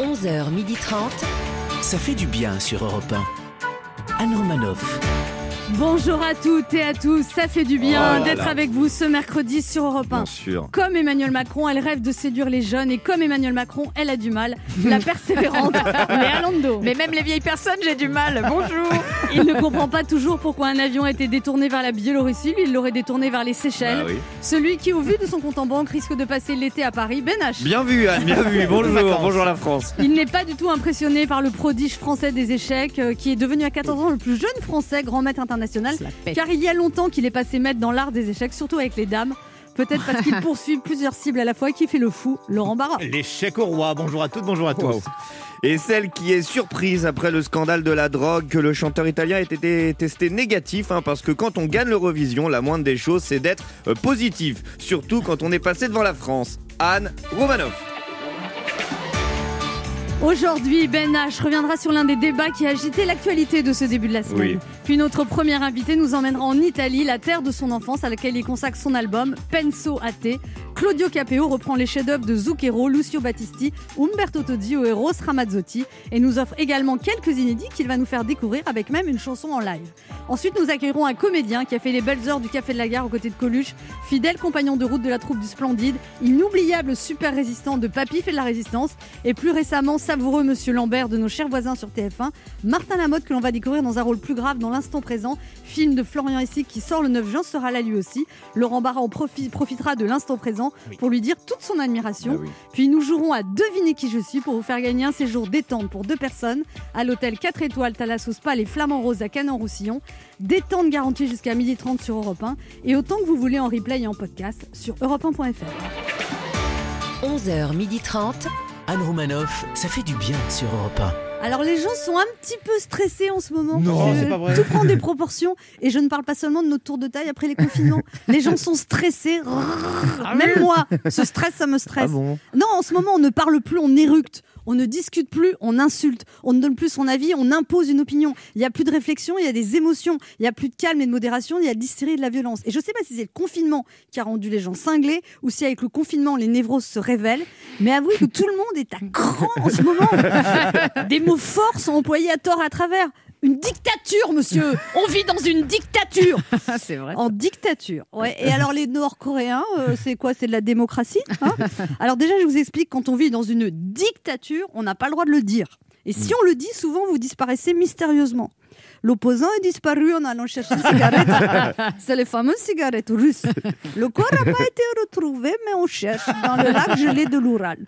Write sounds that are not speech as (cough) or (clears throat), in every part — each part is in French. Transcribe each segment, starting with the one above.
11h30. Ça fait du bien sur Europe 1. Anne Romanoff. Bonjour à toutes et à tous, ça fait du bien Oh là d'être là. avec vous ce mercredi sur Europe 1. Bien sûr. Comme Emmanuel Macron, elle rêve de séduire les jeunes et comme Emmanuel Macron, elle a du mal. (laughs) La persévérante, Léa Lando. Mais même les vieilles personnes, j'ai du mal. Bonjour. (laughs) Il ne comprend pas toujours pourquoi un avion a été détourné vers la Biélorussie, lui il l'aurait détourné vers les Seychelles. Bah oui. Celui qui, au vu de son compte en banque, risque de passer l'été à Paris, Ben H. Bien vu, Anne, bien (laughs) vu. Bonjour, bonjour la France. Il n'est pas du tout impressionné par le prodige français des échecs, euh, qui est devenu à 14 ans le plus jeune français grand maître international, car il y a longtemps qu'il est passé maître dans l'art des échecs, surtout avec les dames. Peut-être parce qu'il poursuit plusieurs cibles à la fois et qui fait le fou, Laurent Barra. L'échec au roi. Bonjour à toutes, bonjour à tous. Wow. Et celle qui est surprise après le scandale de la drogue que le chanteur italien ait été testé négatif, hein, parce que quand on gagne l'Eurovision, la moindre des choses, c'est d'être euh, positif, surtout quand on est passé devant la France. Anne Romanoff. Aujourd'hui, Ben H reviendra sur l'un des débats qui a agité l'actualité de ce début de la semaine. Oui. Puis notre première invitée nous emmènera en Italie, la terre de son enfance à laquelle il consacre son album Penso a te. Claudio Capeo reprend les chefs-d'œuvre de Zucchero, Lucio Battisti, Umberto Tozzi et Rose Ramazzotti et nous offre également quelques inédits qu'il va nous faire découvrir avec même une chanson en live. Ensuite, nous accueillerons un comédien qui a fait les belles heures du Café de la Gare aux côtés de Coluche, fidèle compagnon de route de la troupe du Splendide, inoubliable super résistant de Papy fait de la résistance et plus récemment savoureux Monsieur Lambert de nos chers voisins sur TF1, Martin Lamotte que l'on va découvrir dans un rôle plus grave dans l'instant présent, film de Florian Essig qui sort le 9 juin sera là lui aussi. Laurent Barra en profi- profitera de l'instant présent pour lui dire toute son admiration. Puis nous jouerons à deviner qui je suis pour vous faire gagner un séjour détente pour deux personnes à l'hôtel 4 étoiles Thalassos Spa les Flamands Roses à Canet-en-Roussillon. Détente garantie jusqu'à 12h30 sur Europe 1 et autant que vous voulez en replay et en podcast sur europe 1.fr. 11h30. Anne Romanoff, ça fait du bien sur Europe 1. Alors les gens sont un petit peu stressés en ce moment. Non, parce que c'est pas vrai. Tout prend des proportions et je ne parle pas seulement de notre tour de taille après (laughs) les confinements. les gens sont stressés. Ah Même moi, ce stress, ça me stresse. Ah bon Non, en ce moment, on ne parle plus, on éructe. On ne discute plus, on insulte, on ne donne plus son avis, on impose une opinion. Il n'y a plus de réflexion, il y a des émotions, il n'y a plus de calme et de modération, il y a de l'hystérie et de la violence. Et je ne sais pas si c'est le confinement qui a rendu les gens cinglés ou si avec le confinement les névroses se révèlent, mais avouez que tout le monde est à cran en ce moment. (laughs) Des mots forts sont employés à tort et à travers. Une dictature, monsieur On vit dans une (laughs) dictature c'est vrai. en dictature. Ouais. Et alors les Nord-Coréens, euh, c'est quoi C'est de la démocratie (laughs) hein Alors déjà, je vous explique, quand on vit dans une dictature, on n'a pas le droit de le dire. Et si on le dit, souvent, vous disparaissez mystérieusement. L'opposant est disparu en allant chercher une (laughs) cigarette. C'est les fameuses cigarettes russes. Le corps n'a pas été retrouvé, mais on cherche dans le lac gelé de l'Oural.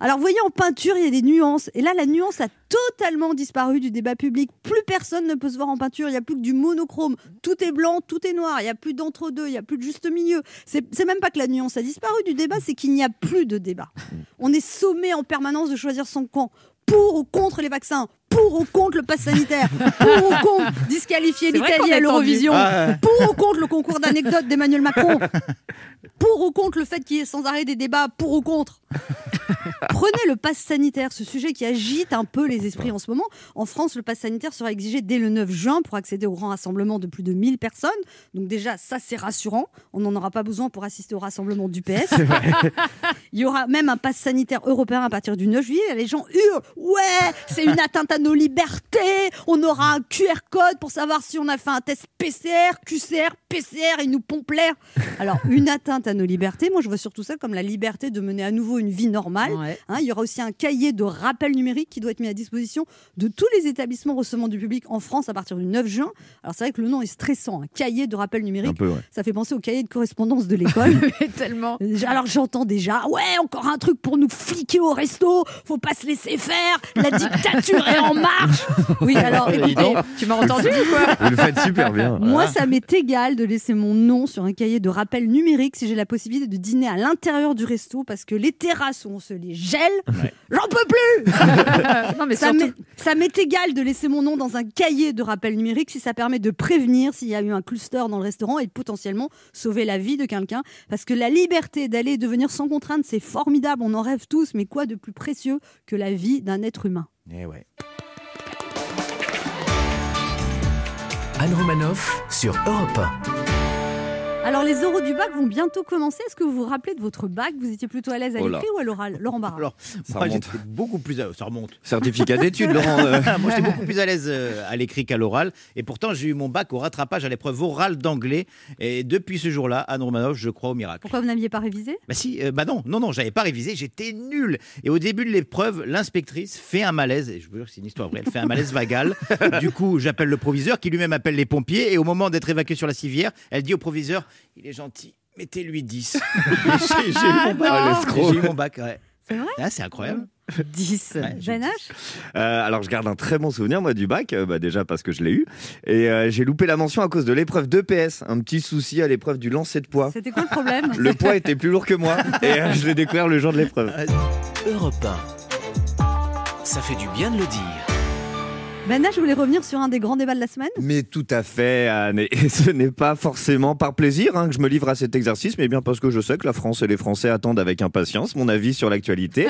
Alors, vous voyez, en peinture, il y a des nuances. Et là, la nuance a totalement disparu du débat public. Plus personne ne peut se voir en peinture. Il n'y a plus que du monochrome. Tout est blanc, tout est noir. Il n'y a plus d'entre-deux, il n'y a plus de juste milieu. C'est c'est même pas que la nuance a disparu du débat, c'est qu'il n'y a plus de débat. On est sommé en permanence de choisir son camp. Pour ou contre les vaccins Pour ou contre le pass sanitaire Pour ou contre disqualifier C'est vrai l'Italie qu'on à est tendu. l'Eurovision Ah, ouais. Pour ou contre le concours d'anecdotes (laughs) d'Emmanuel Macron Pour ou contre le fait qu'il y ait sans arrêt des débats Pour (laughs) ou contre Prenez le pass sanitaire, ce sujet qui agite un peu les esprits en ce moment. En France, le pass sanitaire sera exigé dès le 9 juin pour accéder au grand rassemblement de plus de 1000 personnes. Donc déjà, ça c'est rassurant. On n'en aura pas besoin pour assister au rassemblement du PS. Il y aura même un pass sanitaire européen à partir du 9 juillet. Les gens hurlent Ouais, c'est une atteinte à nos libertés. On aura un QR code pour savoir si on a fait un test PCR, QCR, PCR. Ils nous pompent l'air. Alors, une atteinte à nos libertés, moi je vois surtout ça comme la liberté de mener à nouveau une vie normale. Hein, il y aura aussi un cahier de rappel numérique qui doit être mis à disposition de tous les établissements recevant du public en France à partir du 9 juin. Alors c'est vrai que le nom est stressant, un cahier de rappel Un numérique. peu, ouais. Ça fait penser au cahier de correspondance de l'école. tellement. Euh, Alors j'entends déjà, ouais, encore un truc pour nous fliquer au resto, faut pas se laisser faire, la dictature est en marche. Oui, alors écoutez, Tu m'as entendu ou quoi Vous le faites super (laughs) bien. Ah. moi, ça m'est égal de laisser mon nom sur un cahier de rappel numérique si j'ai la possibilité de dîner à l'intérieur du resto parce que les terrasses où on se les gèle, j'en peux (laughs) plus Non, mais Ça surtout, m'est- Ça m'est égal de laisser mon nom dans un cahier de rappel numérique si ça permet de prévenir s'il y a eu un cluster dans le restaurant et potentiellement sauver la vie de quelqu'un. Parce que la liberté d'aller et de venir sans contrainte, c'est formidable, on en rêve tous, mais quoi de plus précieux que la vie d'un être humain Eh ouais. Anne Romanoff sur Europe 1. Alors, les oraux du bac vont bientôt commencer. Est-ce que vous vous rappelez de votre bac Vous étiez plutôt à l'aise à Oh là. l'écrit ou à l'oral Laurent Barra Alors, Ça moi, remonte. j'étais beaucoup plus à... Ça remonte. Certificat (laughs) d'études, Laurent. euh. moi, j'étais beaucoup plus à l'aise euh, à l'écrit qu'à l'oral. Et pourtant, j'ai eu mon bac au rattrapage à l'épreuve orale d'anglais. Et depuis ce jour-là, Anne Romanoff, je crois au miracle. Pourquoi vous n'aviez pas révisé Bah si, euh, bah non, non, non, j'avais pas révisé, j'étais nul. Et au début de l'épreuve, l'inspectrice fait un malaise, et je vous jure que c'est une histoire vraie, elle fait un (laughs) malaise vagal. Du coup, j'appelle le proviseur, qui lui-même appelle les pompiers, et au moment d'être évacué sur la civière, elle dit (laughs) au proviseur, il est gentil, mettez-lui 10. j'ai, j'ai eu mon bac, Ah, l'escroc. J'ai eu mon bac, ouais. C'est vrai Ah, c'est incroyable. 10. Ben H Euh, alors je garde un très bon souvenir moi du bac, euh, bah, déjà parce que je l'ai eu, et euh, j'ai loupé la mention à cause de l'épreuve 2PS, un petit souci à l'épreuve du lancer de poids. C'était quoi le problème Le poids était plus lourd que moi, et euh, je l'ai découvert le jour de l'épreuve. Europe 1. Ça fait du bien de le dire. (laughs) Ben H, je voulais revenir sur un des grands débats de la semaine. Mais tout à fait, Anne. Et (laughs) ce n'est pas forcément par plaisir hein, que je me livre à cet exercice, mais bien parce que je sais que la France et les Français attendent avec impatience mon avis sur (laughs) l'actualité.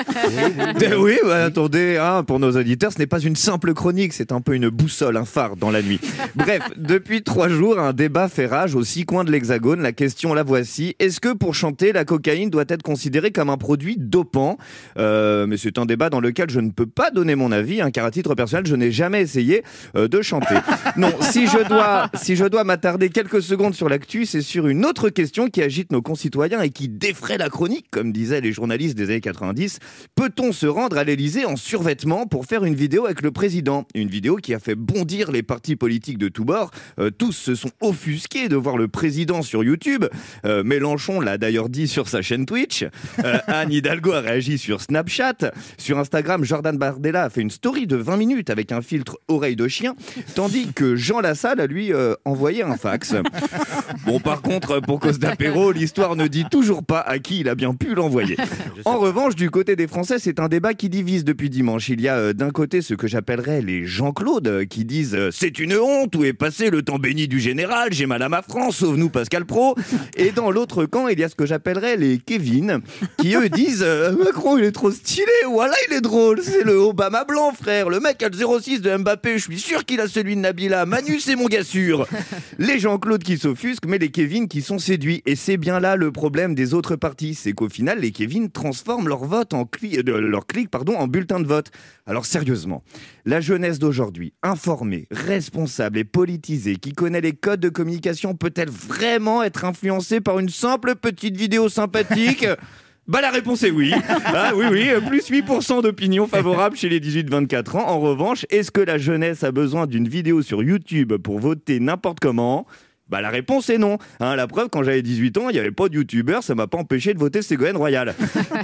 Eh oui, bah, attendez, hein, pour nos auditeurs, ce n'est pas une simple chronique, c'est un peu une boussole, un phare dans la nuit. Bref, depuis trois jours, un débat fait rage aux six coins de l'Hexagone. La question, la voici. Est-ce que pour chanter, la cocaïne doit être considérée comme un produit dopant Euh, Mais c'est un débat dans lequel je ne peux pas donner mon avis, hein, car à titre personnel, je n'ai jamais essayé euh, de chanter. Non, si je dois, si je dois m'attarder quelques secondes sur l'actu, c'est sur une autre question qui agite nos concitoyens et qui défraie la chronique, comme disaient les journalistes des années 90. Peut-on se rendre à l'Elysée en survêtement pour faire une vidéo avec le président Une vidéo qui a fait bondir les partis politiques de tous bords. Euh, tous se sont offusqués de voir le président sur YouTube. Euh, Mélenchon l'a d'ailleurs dit sur sa chaîne Twitch. Euh, Anne Hidalgo a réagi sur Snapchat. Sur Instagram, Jordan Bardella a fait une story de 20 minutes avec un filtre oreille de chien, tandis que Jean Lassalle a lui euh, envoyé un fax. Bon, par contre, pour cause d'apéro, l'histoire ne dit toujours pas à qui il a bien pu l'envoyer. En revanche, du côté des Français, c'est un débat qui divise depuis dimanche. Il y a euh, d'un côté ce que j'appellerais les Jean-Claude euh, qui disent euh, c'est une honte, où est passé le temps béni du général, j'ai mal à ma France, sauve-nous Pascal Pro. Et dans l'autre camp, il y a ce que j'appellerais les Kevin qui eux disent euh, Macron il est trop stylé, voilà il est drôle, c'est le Obama blanc frère, le mec a le 06 de Mbappé, je suis sûr qu'il a celui de Nabila, Manu c'est mon gars sûr. Les Jean-Claude qui s'offusquent, mais les Kevin qui sont séduits. Et c'est bien là le problème des autres partis, c'est qu'au final, les Kevin transforment leur vote en cli- euh, leur clic pardon, en bulletin de vote. Alors sérieusement, la jeunesse d'aujourd'hui, informée, responsable et politisée, qui connaît les codes de communication, peut-elle vraiment être influencée par une simple petite vidéo sympathique Bah la réponse est oui. Ah oui oui, euh, plus 8% d'opinion favorable chez les 18-24 ans. En revanche, est-ce que la jeunesse a besoin d'une vidéo sur YouTube pour voter n'importe comment bah la réponse est non. Hein, la preuve, quand j'avais 18 ans, il n'y avait pas de youtubeur, ça m'a pas empêché de voter Ségolène Royal.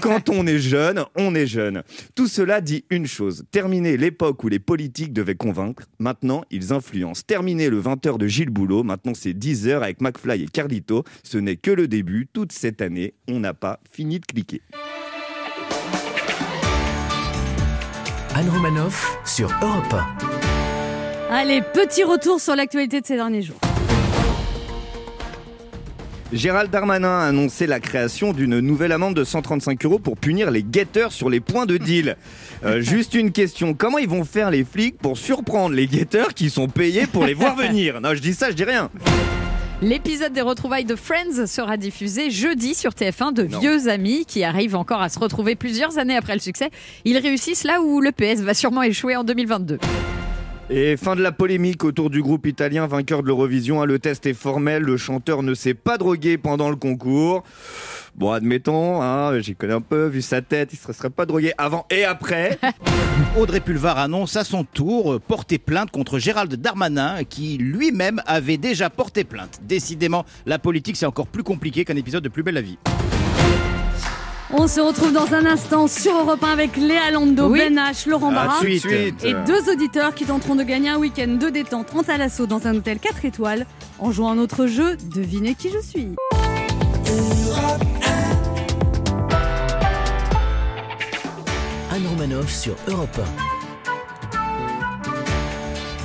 Quand on est jeune, on est jeune. Tout cela dit une chose. Terminez l'époque où les politiques devaient convaincre, maintenant ils influencent. Terminez le 20h de Gilles Boulot, maintenant c'est 10h avec McFly et Carlito. Ce n'est que le début. Toute cette année, on n'a pas fini de cliquer. Anne Romanoff sur Europe 1. Allez, petit retour sur l'actualité de ces derniers jours. Gérald Darmanin a annoncé la création d'une nouvelle amende de 135 euros pour punir les guetteurs sur les points de deal. (laughs) Euh, juste une question, comment ils vont faire les flics pour surprendre les guetteurs qui sont payés pour les (laughs) voir venir Non, je dis ça, je dis rien. L'épisode des retrouvailles de Friends sera diffusé jeudi sur TF1 de Non. vieux amis qui arrivent encore à se retrouver plusieurs années après le succès. Ils réussissent là où le PS va sûrement échouer en 2022. Et fin de la polémique autour du groupe italien vainqueur de l'Eurovision. hein. Le test est formel, le chanteur ne s'est pas drogué pendant le concours. Bon, admettons, hein, j'y connais un peu, vu sa tête, il ne se serait pas drogué avant et après. (laughs) Audrey Pulvar annonce à son tour euh, porter plainte contre Gérald Darmanin, qui lui-même avait déjà porté plainte. Décidément, la politique, c'est encore plus compliqué qu'un épisode de Plus belle la vie. On se retrouve dans un instant sur Europe 1 avec Léa Lando, Oui. Ben H, Laurent À Barra tout de et deux auditeurs qui tenteront de gagner un week-end de détente en l'assaut dans un hôtel 4 étoiles en jouant à notre jeu Devinez qui je suis. Anne Romanoff sur Europe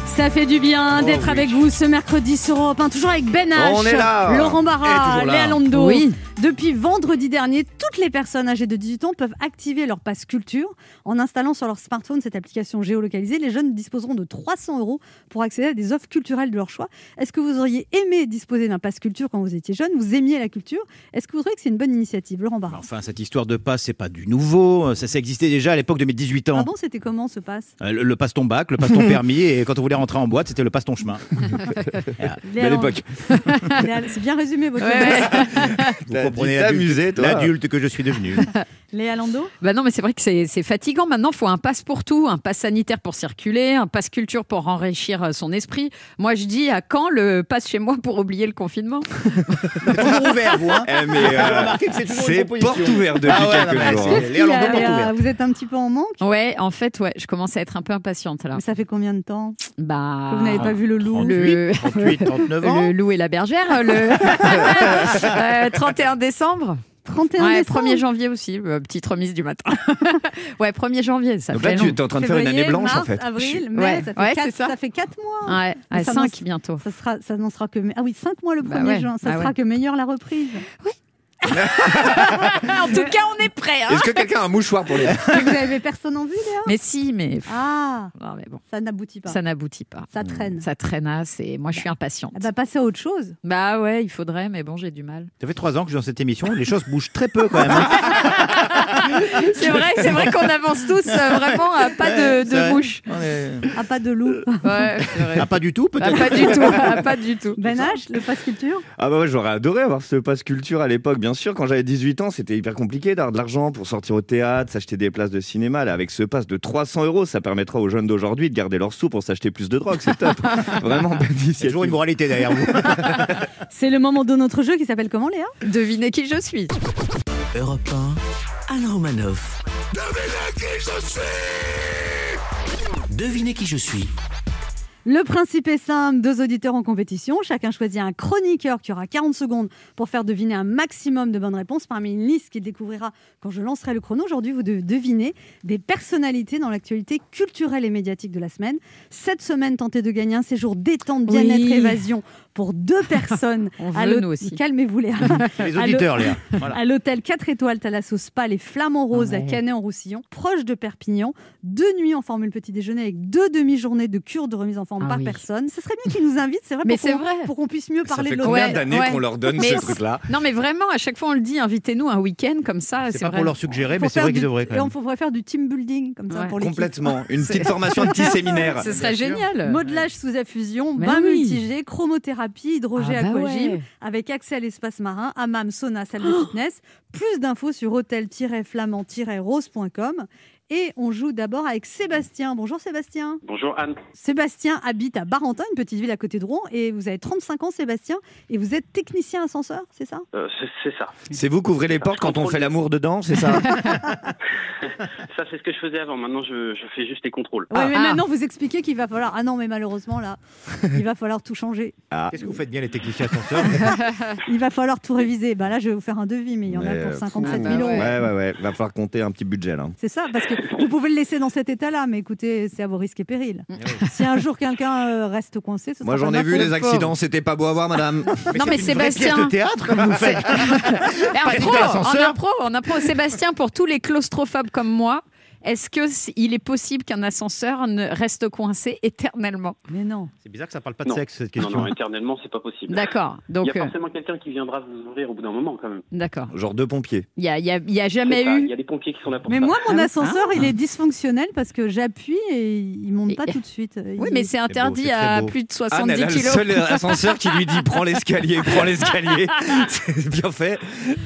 Ça fait du bien d'être avec vous ce mercredi sur Europe 1, toujours avec Ben H, Oh, On est là. Laurent Barra, Et toujours là. Léa Lando, Oui. Depuis vendredi dernier, toutes les personnes âgées de 18 ans peuvent activer leur passe culture. En installant sur leur smartphone cette application géolocalisée, les jeunes disposeront de 300 euros pour accéder à des offres culturelles de leur choix. Est-ce que vous auriez aimé disposer d'un passe culture quand vous étiez jeune Vous aimiez la culture Est-ce que vous trouvez que c'est une bonne initiative Laurent Mais Barra Enfin, cette histoire de passe, c'est pas du nouveau. Euh, Ça, ça existait déjà à l'époque de mes 18 ans. Ah bon, c'était comment (laughs) ce passe (laughs) Euh, le, le passe ton bac, le passe ton permis, et quand on voulait rentrer en boîte, c'était le passe ton (laughs) chemin. Belle époque. Léa- C'est bien résumé votre Ouais, ouais. Vous T'as comprenez dû t'amuser, l'adulte- toi. l'adulte que je (laughs) suis devenu. Léa Lando Bah non, mais c'est vrai que c'est c'est fatigant. Maintenant, faut un passe pour tout, un passe sanitaire pour circuler, un passe culture pour enrichir euh, son esprit. Moi, je dis à quand le passe chez moi pour oublier le confinement Vous êtes toujours ouvert, vous. Hein. Eh, (laughs) mais, euh, Vous avez remarqué que c'est toujours une c'est proposition. porte ouverte depuis Ah ouais, non, quelques mais jours. c'est- hein. Léa Landau, porte ouverte. Vous êtes un petit peu en manque Ouais, en fait, ouais, je commence à être un peu impatiente là. Mais ça fait combien de temps que Bah, vous n'avez pas vu le loup le, 38, 39 ans. (laughs) le loup et la (laughs) bergère, le Euh, 31 décembre. 31 Ouais, décembre. 1er janvier aussi, euh, petite remise du matin. (laughs) ouais, 1er janvier, ça Donc fait là, tu long. es en train de faire une Février, année blanche, mars, en fait. avril, mai, Ouais, ça, fait ouais, quatre- c'est ça. ça fait 4 mois. Ouais, à Ah, Ça 5 bientôt. Ça, sera, ça n'en sera que. me- Ah oui, 5 mois le 1er Bah ouais, juin. Ça bah sera ouais. que meilleure la reprise. en tout cas, on est (laughs) prêt. hein. Est-ce que quelqu'un a un mouchoir pour les. Mais vous n'avez personne en vue, Léa (laughs) Mais si, mais, pff, Ah, non, mais bon, ça n'aboutit pas. Ça, ça n'aboutit pas. traîne. Ça traîne assez. et moi je suis impatiente. Ah bah, passez à autre chose. Bah ouais, il faudrait, mais bon, j'ai du mal. Ça fait 3 ans que je suis dans cette émission, les choses bougent très peu quand même. hein. (laughs) C'est (laughs) vrai, c'est vrai qu'on avance tous euh, vraiment à pas C'est de, vrai. de bouche. On est- Ah, pas de loup. Ouais, c'est vrai. Ah, pas du tout, Ah, peut-être. pas du tout, ah, pas du tout. Ben H, le passe culture. Ah bah ouais, j'aurais adoré avoir ce passe culture à l'époque, bien sûr. Quand j'avais 18 ans, c'était hyper compliqué d'avoir de l'argent pour sortir au théâtre, s'acheter des places de cinéma. Là, avec ce passe de 300 euros, ça permettra aux jeunes d'aujourd'hui de garder leurs sous pour s'acheter plus de drogue. C'est (laughs) top. Vraiment, belle Il y a initiative. toujours une moralité derrière vous. C'est le moment de notre jeu qui s'appelle comment, Léa Devinez qui je suis. Europe 1, Alain Romanoff. Devinez qui je suis Le principe est simple, deux auditeurs en compétition, chacun choisit un chroniqueur qui aura 40 secondes pour faire deviner un maximum de bonnes réponses parmi une liste qu'il découvrira quand je lancerai le chrono. Aujourd'hui, vous devez deviner des personnalités dans l'actualité culturelle et médiatique de la semaine. Cette semaine, tentez de gagner un séjour détente, Oui. bien-être, évasion pour (laughs) deux personnes. On à veut, l'hôte- nous aussi. Calmez-vous, Léa. Les auditeurs, Léa. À l'hôtel 4 étoiles Thalasso Spa, les Flamands Roses à Ouais. Canet-en-Roussillon, proche de Perpignan. Deux nuits en formule petit déjeuner avec deux demi-journées de cure de remise en forme Ah par oui. personne. Ce serait bien qu'ils nous invitent, c'est vrai, Mais pour c'est qu'on- vrai. pour qu'on puisse mieux parler de l'hôtel. combien Ouais, d'années ouais. qu'on leur donne Mais- ce truc-là Non, mais vraiment, à chaque fois, on le dit, invitez-nous un week-end comme ça. C'est pas vrai. pour leur suggérer, Faut mais c'est faire vrai du- qu'ils devraient quand Et on même. pourrait faire du team building comme ça Ouais. pour l'équipe. Complètement. Une petite formation, un (laughs) petit séminaire. Ce serait Bien sûr. génial. Modelage sous effusion, Mais bain oui. multigé, chromothérapie, hydrogé Ah bah aquagym, ouais. Oh avec accès à l'espace marin, hammam, sauna, salle de fitness. Plus d'infos sur hôtel-flamand-rose.com. Et on joue d'abord avec Sébastien. Bonjour Sébastien. Bonjour Anne. Sébastien habite à Barentin, une petite ville à côté de Rouen, et vous avez 35 ans, Sébastien, et vous êtes technicien ascenseur, c'est ça Euh, c'est- c'est ça. C'est vous qui ouvrez les portes quand on fait l'amour dedans, c'est ça Ça, c'est ce que je faisais avant. Maintenant, je, je fais juste les contrôles. Oui, mais ah. maintenant vous expliquez qu'il va falloir. Ah non, mais malheureusement, (laughs) là, il va falloir tout changer. Ah. Qu'est-ce que vous faites Ah. bien, les techniciens (laughs) ascenseurs Il va falloir tout réviser. Bah là, je vais vous faire un devis, mais il y en Mais, a pour euh, 57 ah 000 bah euros. Ouais, ouais, ouais. Va falloir compter un petit budget là. C'est ça, parce que vous pouvez le laisser dans cet état-là, mais écoutez, c'est à vos risques et périls. Si un jour quelqu'un euh, reste coincé, ce sera Moi pas j'en ma ai vu faute. des accidents, c'était pas beau à voir, (laughs) madame. Non, mais C'est une vraie pièce Sébastien. de théâtre que vous faites. Mais en Pas Eh, pro, tout à en l'ascenseur. impro, en impro, Sébastien, pour tous les claustrophobes comme moi, est-ce que c- il est possible qu'un ascenseur ne reste coincé éternellement Mais non. C'est bizarre que ça parle pas de Non. sexe, cette Non, question. non, éternellement, c'est pas possible. D'accord. Il y a Donc, euh, forcément quelqu'un qui viendra vous ouvrir au bout d'un moment, quand même. d'accord. Genre deux pompiers. Il y a, il y a- il y a C'est jamais ça, Il eu. y a des pompiers qui sont là pour Mais ça. moi, Ah mon oui. ascenseur, hein Ah. il est dysfonctionnel parce que j'appuie et il monte Et- pas tout de suite. Il- Oui, mais c'est interdit c'est très à beau. plus de Anne, 70 elle a Ah, le kilos. seul ascenseur qui lui dit prends l'escalier, prends l'escalier. C'est bien fait.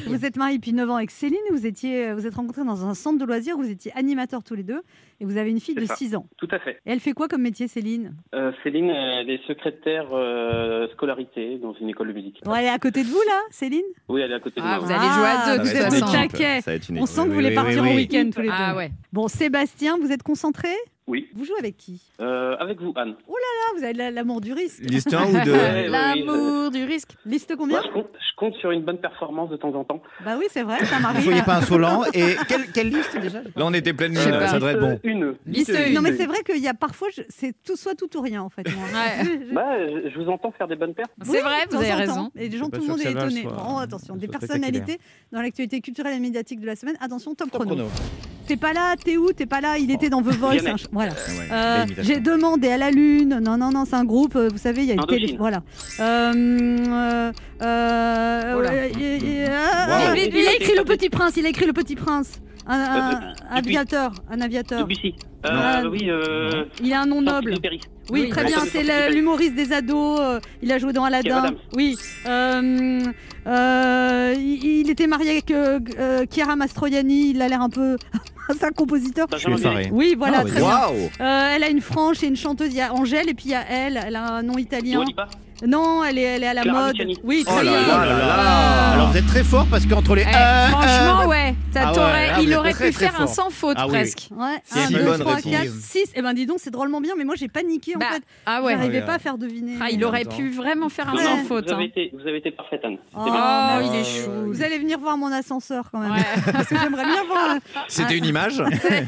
Vous êtes mariés depuis 9 ans avec Céline, vous étiez, vous êtes rencontrés dans un centre de loisirs, vous étiez animateurs tous les deux, et vous avez une fille C'est de ça. 6 ans. Tout à fait. Et elle fait quoi comme métier, Céline Euh, Céline, elle est secrétaire euh, scolarité dans une école de musique. Bon, Elle est à côté de vous, là, Céline Oui, elle est à côté de Ah, moi. vous allez jouer à deux, Ah, de Vous toute êtes façon. au taquet Ça va être une On équipe. sent que vous oui, voulez oui, partir oui, en oui. week-end tous les deux. Ah ouais. Bon, Sébastien, vous êtes concentré Oui. Vous jouez avec qui Euh, avec vous, Anne. Ah, vous avez la- l'amour du risque. L'histoire (laughs) ou de. Ouais, L'amour du risque. Liste Moi, combien je, compte, je compte sur une bonne performance de temps en temps. Bah oui, c'est vrai, ça Vous m'arrive. soyez pas insolent. Et quelle, quelle liste déjà Là, on était pleine Je sais lune, pas. ça devrait être bon. Euh, Une. Liste Non, mais c'est vrai qu'il y a parfois, je- c'est tout soit tout ou rien en fait. moi. Ouais. Je- je- (laughs) Bah, je, je vous entends faire des bonnes pertes. C'est vrai, de vous temps avez en raison. temps. Et les gens, suis pas tout le sûr monde que ça est va, étonné. soit- Oh, attention, des soit personnalités dans l'actualité culturelle et médiatique de la semaine. Attention, top chrono. Chrono. T'es pas là, t'es où, t'es pas là, il était dans The Voice. hein, Yannick. un ch- voilà. Ah Euh, ouais, l'imitation. J'ai demandé à la Lune. Non, non, non, c'est un groupe, euh, vous savez, il y a une Indochine. télé. Voilà. Euh, euh, euh, Oh là. euh, y- y- Wow. euh, Il il a écrit Le Petit Prince, il a écrit Le Petit Prince. Un, un- Euh, un aviateur, un aviateur. Debussy. Non. Euh, oui, euh, Il a un nom noble. Saint-Exupéry. Oui, Oui, très oui. bien, Antoine c'est Saint-Exupéry. le- l'humoriste des ados. euh, Il a joué dans Aladdin. Kev Adams. Oui. Euh, euh, il il était marié avec euh, euh, Chiara Mastroianni. Il a l'air un peu. (laughs) C'est un compositeur. Benjamin effaré. Biolay. Oui, voilà, très bien. Waouh Euh, elle a une franche et une chanteuse. Il y a Angèle et puis il y a elle. Elle a un nom italien. Dua Lipa. Non, elle est- elle est à la Clara mode. Luciani. Oui, Oh très là là là bien. Ah. là Alors vous êtes très fort parce qu'entre les. Eh, un, franchement, ouais. euh, Ça Ah ouais, t'aurait- là, vous il êtes aurait très, pu très faire un fort. sans faute Ah oui, oui. presque. Ouais, C'est 1, une 2, bonne 3, réponse. 4, 6. Eh ben dis donc, c'est drôlement bien, mais moi j'ai paniqué en Bah, fait. ah ouais. J'arrivais Ouais. pas à faire deviner. Ah, il aurait pu vraiment faire un Non, sans non, faute. Vous avez, hein. été, vous avez été parfaite, Anne. C'était Oh, bien. il est Euh, chou. Vous allez venir voir mon ascenseur quand même. Ouais. Parce que j'aimerais bien voir. C'était Ah. une image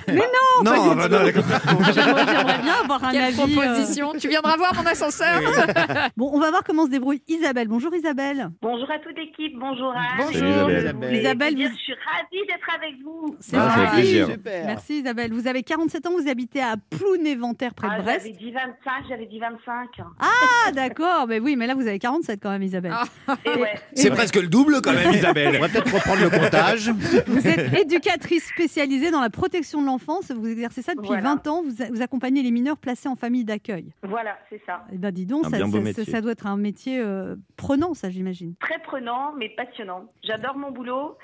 Mais non Non, bah non, d'accord. J'aimerais j'aimerais bien avoir un Quelle avis. euh. proposition Tu viendras voir mon ascenseur (laughs) Bon, on va voir comment se débrouille Isabelle. Bonjour Isabelle. Bonjour à toute l'équipe, bonjour à Eh Bonjour. Salut, Isabelle. Isabelle, vous- je suis ravie d'être avec vous. C'est Ah, ça fait gentil. plaisir. Merci Isabelle. Vous avez 47 ans, vous habitez à Ploun-Éventaire près de Ah, Brest. j'avais dit 25, j'avais dit 25. Ah d'accord, mais oui, mais là vous avez 47 quand même Isabelle. Ah. (laughs) Et ouais. C'est presque le double quand même, On Isabelle va peut-être reprendre le (laughs) comptage. Vous êtes éducatrice spécialisée dans la protection de l'enfance, vous exercez ça depuis Voilà. 20 ans, vous, vous accompagnez les mineurs placés en famille d'accueil. Voilà, c'est ça. Eh ben dis donc, Un ça, bien beau ça- métier. ça doit être un métier euh, prenant ça j'imagine. Très prenant, mais passionnant. J'adore mon boulot,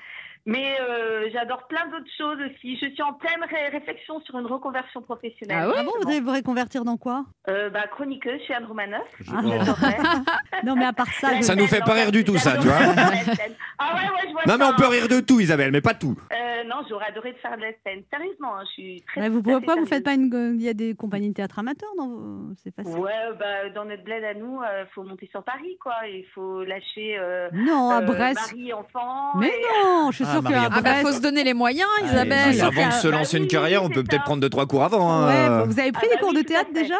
mais euh, j'adore plein d'autres choses aussi. Je suis en pleine ré- réflexion sur une reconversion professionnelle. Ah ouais Ah bon, vous Bah justement. devez vous reconvertir dans quoi Euh, bah, Chroniqueuse chez Anne Romanoff. Ah. (laughs) Non mais à part ça, je- Ça nous fait pas rire du tout, ça, tu vois. Ah ouais, ouais, je vois Non mais ça, on peut hein. rire de tout, Isabelle, mais pas tout Euh, non, j'aurais adoré de faire de la scène. Sérieusement, hein, je suis très. Ouais, vous tout à pouvez fait pas, vous sérieuse. faites pas une, il y a des compagnies de théâtre amateurs, dans vos- c'est facile. Ouais, bah, dans notre bled à nous, euh, faut monter sur Paris, quoi. Il faut lâcher euh, Non, à euh, Brest. mari, enfant. Mais et- non, je suis Ah, sûre qu'à Marie-Anne. Ah bah Brest. faut se donner les moyens, Ah, Allez, Isabelle. Isabelle. Avant de se lancer une carrière, on peut peut-être prendre deux trois cours avant hein. Ouais, bon, vous avez pris Ah des bah cours oui, de tout à théâtre fait. déjà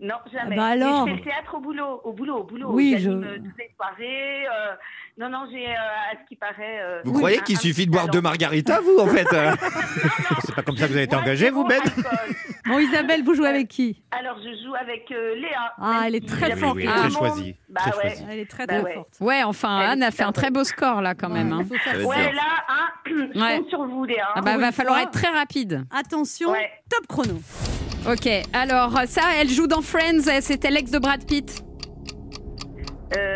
Non, jamais. Ah bah Et alors. Je fais le théâtre au boulot, au boulot, au boulot. Oui, J'anime, je- euh, Toutes les soirées. euh, Non, non, j'ai, euh, à ce qui paraît. euh, Vous un- croyez un qu'il petit suffit de boire talent. deux margaritas, vous, en fait euh (laughs) C'est pas comme ça que vous avez été Moi, engagé, vous, zéro Ben alcool. Bon, Isabelle, vous jouez avec qui Alors, je joue avec euh, Léa. Ah, elle est qui- très j'aime forte, tout Oui, le Ah. très monde. choisi. Bah très ouais. choisi. Elle est très Bah très ouais. forte. Ouais, enfin, Elle est Anne a fait un super très beau score là quand même. hein. Faut faire Ouais. ça. Ouais, là, hein, je Ouais. compte sur vous, Léa. Ah bah Pour va une falloir fois. être très rapide. Attention, Ouais. top chrono. Ok, alors ça, elle joue dans Friends, elle, c'était l'ex de Brad Pitt. Euh,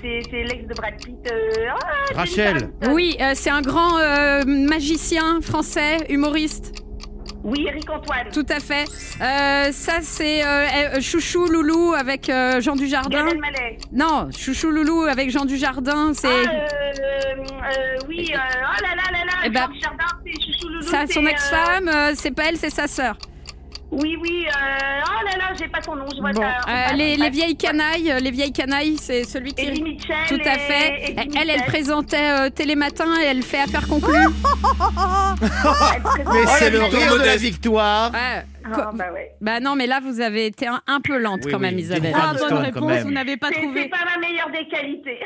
c'est c'est l'ex de Brad Pitt. euh, ah, Rachel. Oui, euh, c'est un grand euh, magicien français, humoriste. oui, Eric Antoine. Tout à fait. Euh, ça, c'est euh, euh, Chouchou Loulou avec euh, Jean Dujardin. Gad Elmaleh. Non, Chouchou Loulou avec Jean Dujardin, Ah, c'est... euh, euh, oui, euh, oh là là là là, Eh ben, Georges Jardin, c'est Chouchou Loulou. Ça, c'est, son euh, ex-femme, euh, c'est pas elle, c'est sa sœur. oui, oui, euh, oh là là, j'ai pas son nom, je vois Bon, ça. on euh, passe, les, on les passe. vieilles canailles, euh, les vieilles canailles, c'est celui qui. Eddie Mitchell. Tout à et- fait. Eddie Elle, elle Mitchell. présentait euh, Télématin et elle fait affaire conclue. Elle Oh, présente- Mais c'est le le rire rire de Oh, la modeste. victoire. Ouais. Ah, bah ouais. Bah non, mais là vous avez été un, un peu lente Oui, quand oui, même, dites- Isabelle. Ah, Ah, bonne bonne Stone, quand réponse, même. vous n'avez pas C'est c'est trouvé. pas ma meilleure des qualités.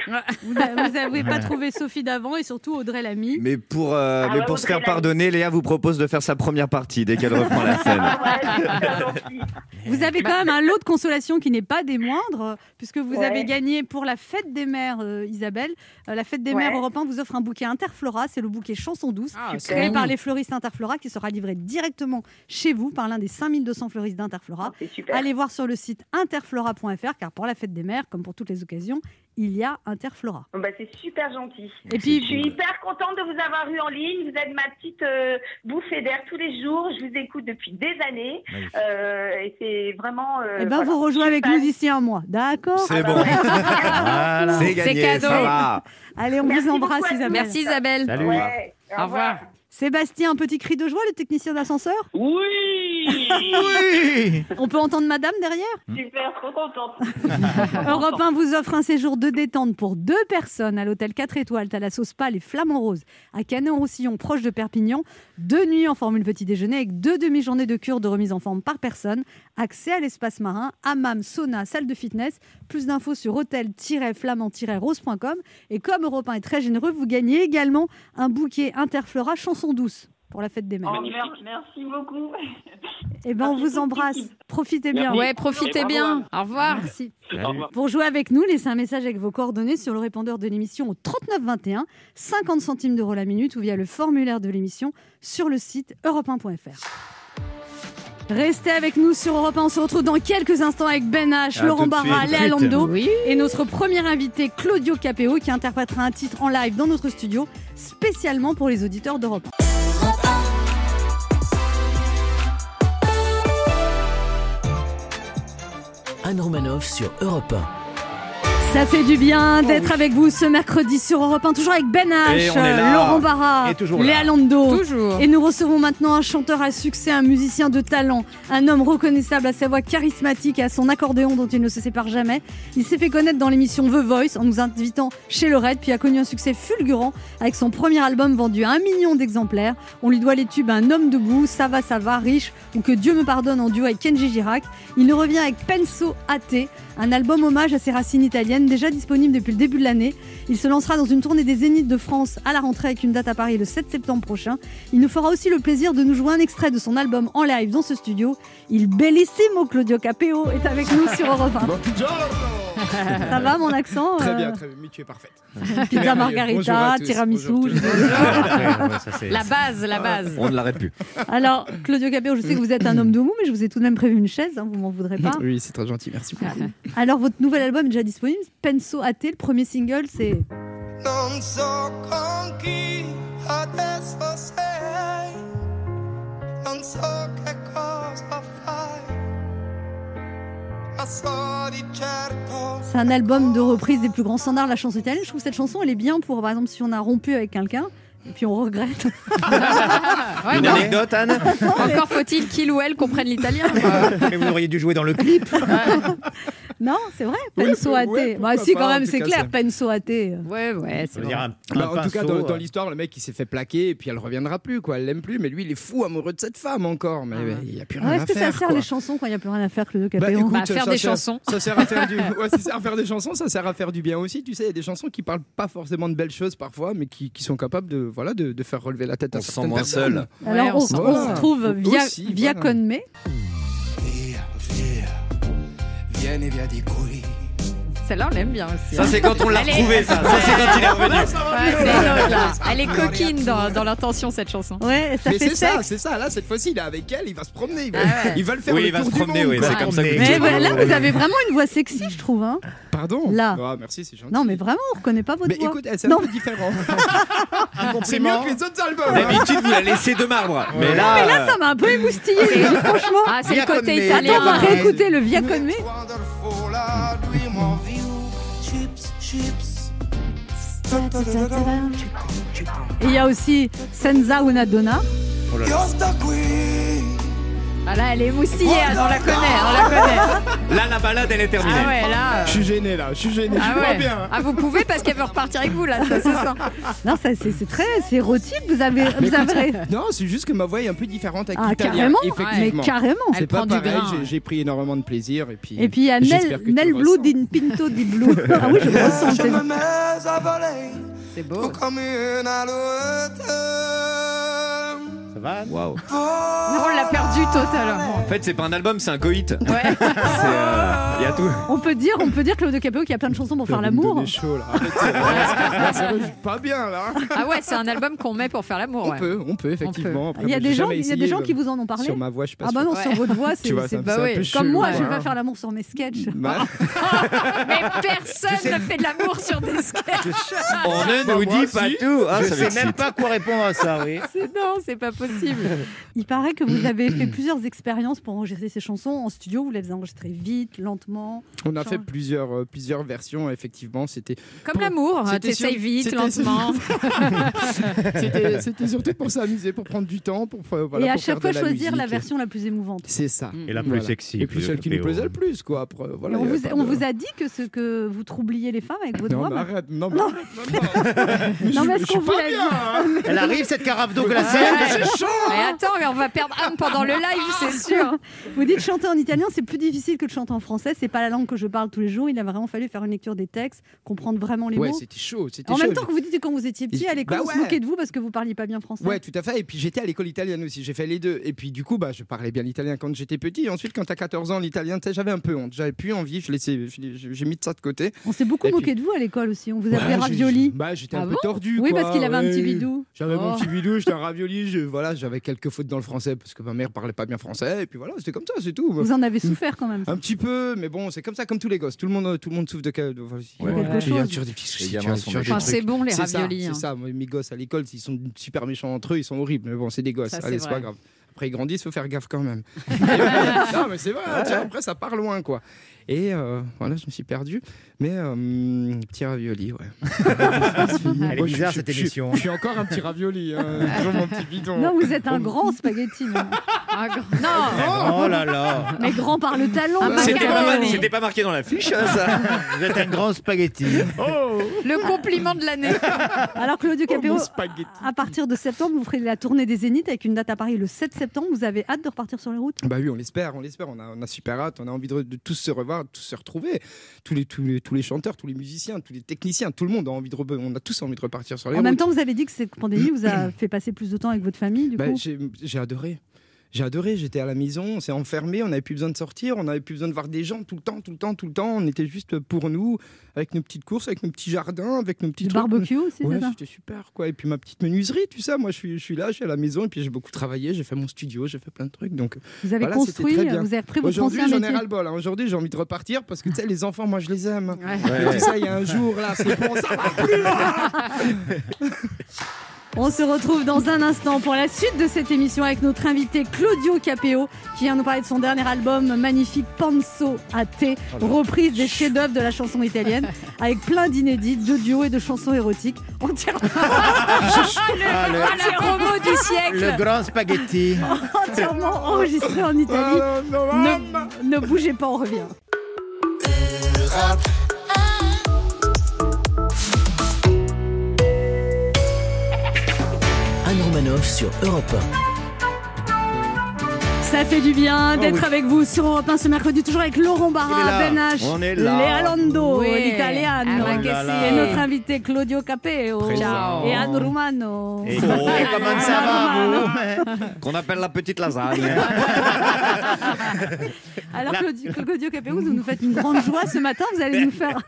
Vous n'avez pas trouvé Sophie d'avant et surtout Audrey Lamy. Mais pour, euh, Ah mais ouais, pour se Audrey faire Lamy. pardonner, Léa vous propose de faire sa première partie dès qu'elle reprend la scène. Ah ouais, c'est super gentil. Vous avez quand même un lot de consolation qui n'est pas des moindres, euh, puisque vous Ouais. avez gagné pour la fête des mères, euh, Isabelle. Euh, la fête des Ouais. mères européen vous offre un bouquet Interflora, c'est le bouquet Chanson douce. Ah, c'est Créé bon. par les fleuristes Interflora qui sera livré directement chez vous par l'un des 5200 fleuristes d'Interflora. Ah, C'est super. Allez voir sur le site interflora.fr car pour la fête des mères, comme pour toutes les occasions, il y a Interflora. Bon, bah, c'est super gentil. Et Je puis, suis hyper contente de vous avoir eu en ligne. Vous êtes ma petite euh, bouffée d'air tous les jours. Je vous écoute depuis des années. Magnifique. Euh, et c'est vraiment. euh, eh ben, voilà. vous rejoignez avec Je nous suis d'ici un mois, d'accord (laughs) C'est bon, Voilà. c'est gagné, cadeau. ça va. Allez, on Merci vous embrasse beaucoup à Isabelle. Merci Isabelle. fan. Salut. Ouais, Au revoir. Sébastien, un petit cri de joie, le technicien d'ascenseur Oui Oui Oui On peut entendre madame derrière Super, trop (laughs) contente. Europe 1 vous offre un séjour de détente pour deux personnes à l'hôtel 4 étoiles Thalasso Spa Les Flamants Roses à Canet-en-Roussillon, proche de Perpignan. Deux nuits en formule petit déjeuner avec deux demi-journées de cure de remise en forme par personne. Accès à l'espace marin, hammam, sauna, salle de fitness. Plus d'infos sur hôtel-flamand-rose.com. Et comme Europe 1 est très généreux, vous gagnez également un bouquet Interflora chanson douce pour la fête des Oh, mères. Magnifique. mer- (laughs) merci beaucoup. Eh ben, on vous embrasse. Profitez bien. Merci. Ouais, profitez Et bravo, bien. Au revoir. Merci. Au revoir. Pour jouer avec nous, laissez un message avec vos coordonnées sur le répondeur de l'émission au 3921, 50 centimes d'euros la minute ou via le formulaire de l'émission sur le site europe1.fr. Restez avec nous sur Europe 1. On se retrouve dans quelques instants avec Ben H, À tout Laurent de Barra, suite. Léa Tout de suite. Lando Oui. et notre premier invité Claudio Capéo qui interprétera un titre en live dans notre studio spécialement pour les auditeurs d'Europe 1. Anne Romanoff sur Europe 1. Ça fait du bien d'être avec vous ce mercredi sur Europe 1, toujours avec Ben Et H, on est là. Laurent Barra, Et toujours là. Léa Lando. Toujours. Et nous recevons maintenant un chanteur à succès, un musicien de talent, un homme reconnaissable à sa voix charismatique et à son accordéon dont il ne se sépare jamais. Il s'est fait connaître dans l'émission The Voice en nous invitant chez Lorette, puis a connu un succès fulgurant avec son premier album vendu à un million d'exemplaires. On lui doit les tubes Un homme debout, Ça va, ça va, Riche ou Que Dieu me pardonne en duo avec Kenji Girac. Il nous revient avec Penso Athée, un album hommage à ses racines italiennes déjà disponible depuis le début de l'année. Il se lancera dans une tournée des Zéniths de France à la rentrée avec une date à Paris le 7 septembre prochain. Il nous fera aussi le plaisir de nous jouer un extrait de son album en live dans ce studio. Il bellissimo Claudio Capeo est avec nous sur Europe 1. Ça va mon accent Très euh, bien, très bien. Mais tu es (laughs) parfaite. Merveilleux. Bonjour Pizza margarita, à tous. tiramisu. Bonjour à tous. La base, la base. Ah, On ne l'arrête plus. Alors Claudio Capeo, je sais que vous êtes un homme de mou, mais je vous ai tout de même prévu une chaise, hein, vous m'en voudrez pas. Oui, c'est très gentil, merci Ah, beaucoup. Alors votre nouvel album est déjà disponible, Penso Ate, le premier single, c'est Non so con chi adesso sei, non so che cosa fai, ma so di certo c'est un album de reprise des plus grands standards de la chanson italienne. Je trouve que cette chanson elle est bien pour par exemple si on a rompu avec quelqu'un et puis on (laughs) regrette. Ouais, Une non. anecdote, (laughs) Anne Encore faut-il qu'il ou elle comprenne l'italien. Mais vous auriez dû jouer dans le clip. (laughs) Non, c'est vrai, Oui, Penso oui, Ate. ouais, bah pourquoi si pas, quand en même, tout c'est cas, clair, ça. Penso Ate. Ouais, ouais, c'est Ça veut dire vrai. un, Bah, un en tout cas, pinceau, dans, dans euh, l'histoire, le mec il s'est fait plaquer et puis elle reviendra plus, quoi. Elle l'aime plus, mais lui il est fou amoureux de cette femme encore. Mais Ah ouais. mais il n'y a plus Alors, rien Est-ce à que ça faire. sert quoi. les chansons quand il n'y a plus rien à faire que le Bah, Capéon écoute, Bah, faire ça des sert- chansons. Ça sert à faire (laughs) du, ouais, ça sert à faire des chansons, ça sert à faire du bien aussi. Tu sais, il y a des chansons qui parlent pas forcément de belles choses parfois, mais qui, qui sont capables de, voilà, de, de faire relever la tête à On se sent certaines moins personnes. seul. Alors Ouais, on, on s'en on va. se retrouve via, Aussi, via voilà. Conmé. via, via, vieni via di qui. Celle-là, on l'aime bien aussi. Ça, hein. c'est quand on l'a Allez. retrouvé, ça. Ça, c'est quand il est revenu. Ouais, c'est une autre, là. Elle est coquine dans, dans l'intention, cette chanson. Ouais, ça Mais fait c'est ça, sexe. c'est ça. Là, cette fois-ci, il est avec elle, il va se promener. Il va, Ah ouais. il va le faire Oui, le il va tour se du promener, monde, oui, quoi. c'est comme ça que vous Mais dites. voilà, là vous avez vraiment une voix sexy, je trouve. hein. Pardon Là. Ah, merci, c'est gentil. Non, mais vraiment, on reconnaît pas votre Mais voix. écoute, eh, c'est Non. un peu (laughs) différent. c'est mieux compliment. que les autres albums. hein. D'habitude, vous la laissez de marbre. Mais là. Mais là, ça m'a un peu émoustillé, je dis franchement. Ah, c'est le Via Conme. côté Attends, on va italien. Ah, Léa. réécouter le Via Conmé. Wonderful, la dream of you. Chips, chips. Et il y a aussi Senza una donna. Io sto qui. Ah là, elle est moustillée, Anne, on la connaît, on la connaît. Là, la balade, elle est terminée. Ah ouais, là. euh. Je suis gêné là, je suis gêné, Ah je vois ouais. bien. Ah, vous pouvez parce qu'elle veut repartir avec vous là, ça se sent. Non, ça, c'est c'est très, c'est érotique. Vous avez, vous avez. Non, c'est juste que ma voix est un peu différente avec Ah l'italien. carrément, mais effectivement. carrément. Elle c'est pas prend du pareil, grain, j'ai- ouais. j'ai pris énormément de plaisir et puis Et puis il y a j'espère Nel, que tu Nel le Blue ressens. di Pinto di (laughs) Blue. (laughs) Ah oui, je le ressens. Je c'est- me mets à voler C'est beau. comme une alouette. Ça va euh, Waouh. Non, on l'a perdu totalement. En fait, c'est pas un album, c'est un coït. (laughs) C'est. Ouais. euh, Il y a tout. On peut dire, on peut dire Claude Capéo qui a plein de chansons pour faire l'amour. Donner chaud, là. (laughs) Arrêtez, là, Ah, c'est- là, c'est (laughs) pas bien là. Ah ouais, c'est un album qu'on met pour faire l'amour. On ouais. peut, on peut effectivement. Après, Il y a bon, des j'ai gens, jamais il y a des essayé, gens qui euh, vous en ont parlé. Sur ma voix, je suis pas Ah bah sûr. non, Ouais. sur votre voix, (laughs) c'est Tu vois, ça c'est- me- bah c'est un oui. peu comme chelou, hein. moi, quoi. je vais pas faire l'amour sur mes sketchs. (laughs) Bah, Mais personne ne fait de l'amour (laughs) sur des sketchs. On ne Bah, nous moi dit aussi. pas tout. Ah, hein, Je ça sais (laughs) m'excite. même pas quoi répondre à ça, oui. Non, c'est pas possible. possible. Il paraît que vous avez fait plusieurs expériences pour enregistrer ces chansons en studio. Vous les avez enregistrées vite, lentement. On a Genre- fait plusieurs, euh, plusieurs versions, effectivement. C'était Comme l'amour, hein, C'était t'essayes sûr- vite, c'était lentement. (laughs) c'était c'était surtout pour s'amuser, pour prendre du temps, pour, euh, (laughs) voilà, et à pour chaque faire fois, de la choisir la musique. version la plus émouvante. C'est ça. Mmh. Mm. Et la plus Voilà. sexy. Et puis celle qui nous plaisait le plus, quoi. Après, euh, voilà, on y avait vous, pas on de- vous a dit que, ce, que vous troubliez les femmes avec votre Non, voix. mais bah- arrête, non, mais Non. arrête, (laughs) non, Non, mais je- je est-ce qu'on suis vous pas l'a bien, dit (laughs) hein. Elle arrive cette carafe d'eau glacée. Ouais. Mais attends, mais on va perdre Anne pendant le live, c'est sûr. Ah, Vous dites chanter en italien, c'est plus difficile que de chanter en français. C'est pas la langue que je parle tous les jours. Il a vraiment fallu faire une lecture des textes, comprendre vraiment les Ouais, mots. c'était chaud, c'était En chaud. même temps que vous dites que quand vous étiez petit à l'école, Bah on se ouais. moquait de vous parce que vous parliez pas bien français. Ouais, tout à fait. Et puis j'étais à l'école italienne aussi. J'ai fait les deux. Et puis du coup, bah, je parlais bien l'italien quand j'étais petit. Et ensuite, quand t'as 14 ans, l'italien, tu sais, j'avais un peu honte. J'avais plus envie. Je laissais, je- j'ai mis de ça de côté. On s'est beaucoup Et moqué puis- de vous à l'école aussi. On vous Ouais, appelait j'ai- ravioli. Bah, j'étais Ah un bon peu tordu. Oui, quoi. parce qu'il avait un petit Ouais. bidou. J'avais Oh. mon petit bidou, j'étais un ravioli. Je, voilà, j'avais quelques fautes dans le français parce que ma mère parlait pas bien français. Et puis voilà, c'était comme ça, c'est tout. Vous en avez (laughs) souffert quand même. Un petit peu, mais bon, c'est comme ça, comme tous les gosses. Tout le monde, euh, tout le monde souffre de. de- de- Quelque Tu as chose. toujours des petits soucis, Les tu as gamins sont toujours des méchants. Enfin, trucs. c'est bon, les C'est ça, raviolis. C'est hein. ça, moi, mes gosses à l'école, ils sont super méchants entre eux, ils sont horribles, mais bon, c'est des gosses. Ça, c'est Allez, c'est vrai. pas grave. Après, ils grandissent, faut faire gaffe quand (laughs) même. non, mais c'est vrai, tu vois, après, ça part loin, quoi. Et euh, voilà, je me suis perdu. Mais euh, petit ravioli, (laughs) ouais. Elle est Moi, je- bizarre je- cette je- émission. Je suis encore un petit ravioli, hein, toujours mon petit bidon. Non, vous êtes un grand spaghetti. même. Un grand- Ah. Non, Oh là là. Mais grand par le talon. Un par le C'était macaron. talon. pas, c'était pas marqué dans la fiche, hein, ça. Vous êtes un grand spaghetti. le compliment de l'année. Alors Claudio Oh, Capéo, mon spaghetti. à partir de septembre, vous ferez la tournée des Zéniths avec une date à Paris le 7 septembre. Vous avez hâte de repartir sur les routes Bah oui, on l'espère, on l'espère. On a, on a super hâte, on a envie de, de tous se revoir, de tous se retrouver. Tous les, tous, les, tous les chanteurs, tous les musiciens, tous les techniciens, tout le monde a envie de re- on a tous envie de repartir sur les En même routes. temps, vous avez dit que cette pandémie (clears throat) vous a fait passer plus de temps avec votre famille, du Ben, Bah, coup. j'ai j'ai adoré. J'ai adoré, j'étais à la maison, on s'est enfermé, on n'avait plus besoin de sortir, on n'avait plus besoin de voir des gens tout le temps, tout le temps, tout le temps. On était juste pour nous, avec nos petites courses, avec nos petits jardins, avec nos petits Du trucs. barbecue aussi, Ouais, c'est ça c'était super quoi. Et puis ma petite menuiserie, tout ça. Moi, je suis, je suis là, je suis à la maison, et puis j'ai beaucoup travaillé, j'ai fait mon studio, j'ai fait plein de trucs. Donc Vous avez Voilà, c'était construit, euh, très bien. vous avez repris votre Aujourd'hui, ancien j'en métier. ai ras le bol. hein. Aujourd'hui, j'ai envie de repartir parce que tu sais, les enfants, moi, je les aime. Ouais. Et Tu sais, il y a un jour là, c'est bon, ça va plus. On se retrouve dans un instant pour la suite de cette émission avec notre invité Claudio Capéo qui vient nous parler de son dernier album magnifique Panso a te, Oh reprise des chefs-d'œuvre de la chanson (laughs) italienne avec plein d'inédits, de duos et de chansons érotiques (laughs) (laughs) entièrement, Ah, le, Ah, la promo du le siècle. grand spaghetti. entièrement enregistrées en Italie. Ne, ne bougez pas, on revient. Anne Romanoff sur Europe Ça fait du bien d'être avec vous sur Europe 1 ce mercredi, toujours avec Laurent On est Barra, là. Ben H, On est là. Lealando, Oui. l'italiano, Ah, ma che sì. et notre invité Claudio Capeo Ciao. et Anne Romano. Et, comment- et comment ça va, vous Qu'on appelle la petite lasagne. (laughs) Alors Claudio, Claudio Capéo, vous nous faites une grande joie ce matin, vous allez nous faire,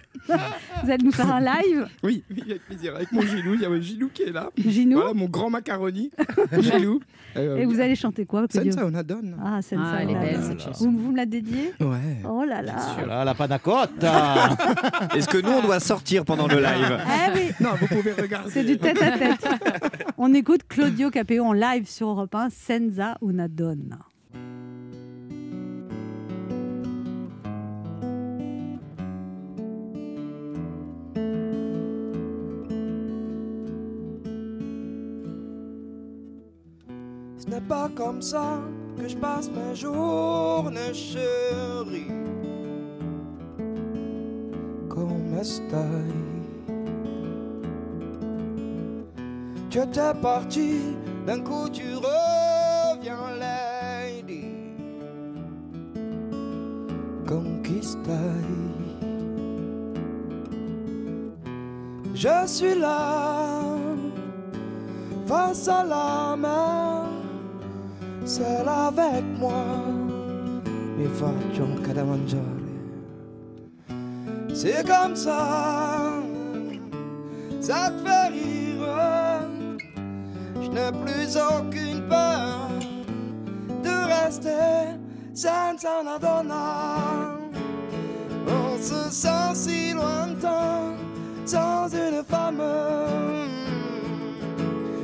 vous allez nous faire un live, Oui, oui, avec plaisir. Avec mon Gilou, il y a Gilou qui est là. Ginou, Voilà mon grand (laughs) macaroni, Gilou. et vous allez chanter quoi Claudio Senza una donna. Ah, Senza, Ah, elle est voilà. belle, cette chanson. Vous, vous me la dédiez Ouais. Oh là là Voilà, la panna cotta. (laughs) Est-ce que nous, on doit sortir pendant le (laughs) live Eh oui Non, vous pouvez regarder. C'est du tête à tête. (laughs) On écoute Claudio Capéo en live sur Europe 1, Senza una donna. Ce n'est pas comme ça que je passe mes journées, chérie. Comme estai. Tu étais parti, d'un coup tu reviens, lady. Conquistai. Je suis là face à la mer, seul avec moi. Mi faccio un da mangiare. C'est comme ça, ça te fait rire. Je n'ai plus aucune peur de rester senza una donna. On se sent si lointain sans une femme.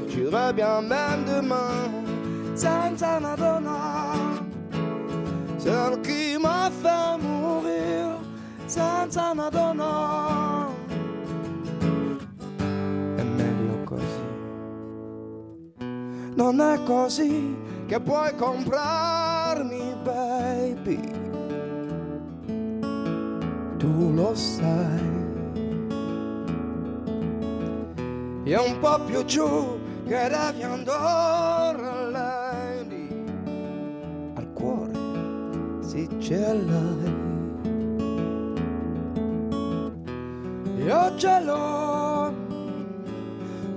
J'irai bien même demain Santa Madonna, celle qui m'a fait mourir, Santa Madonna. Emilio così, non è così che puoi comprarmi, baby. Tu lo sai. e un po' più giù che da Fiandora lei lì al cuore si ce l'hai io ce l'ho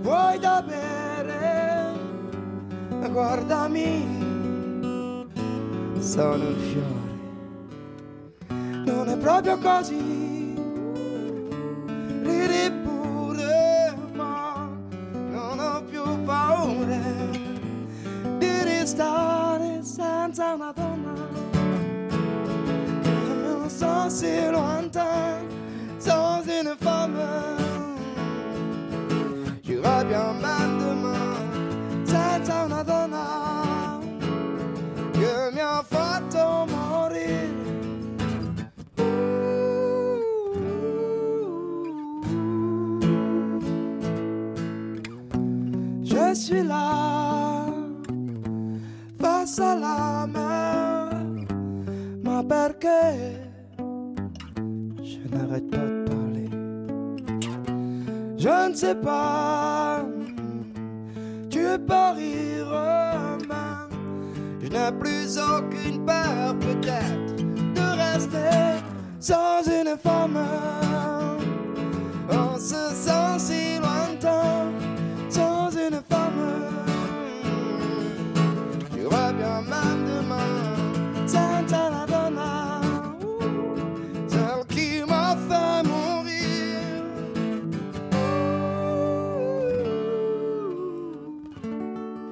vuoi da bere guardami sono un fiore non è proprio così ridi pure, ma non ho più paura di restare senza una donna. Non so se lo entend, sans une femme. J'irai bien maintenant senza una donna che mi ha fatto morire. Je suis là, face à la mer, ma barque. Je n'arrête pas de parler. Je ne sais pas, tu pariras, mais je n'ai plus aucune peur, peut-être, de rester sans une femme. On se sent si lointain sans une femme. Tu reviens même demain, Santa la donna, celle qui m'a fait mourir.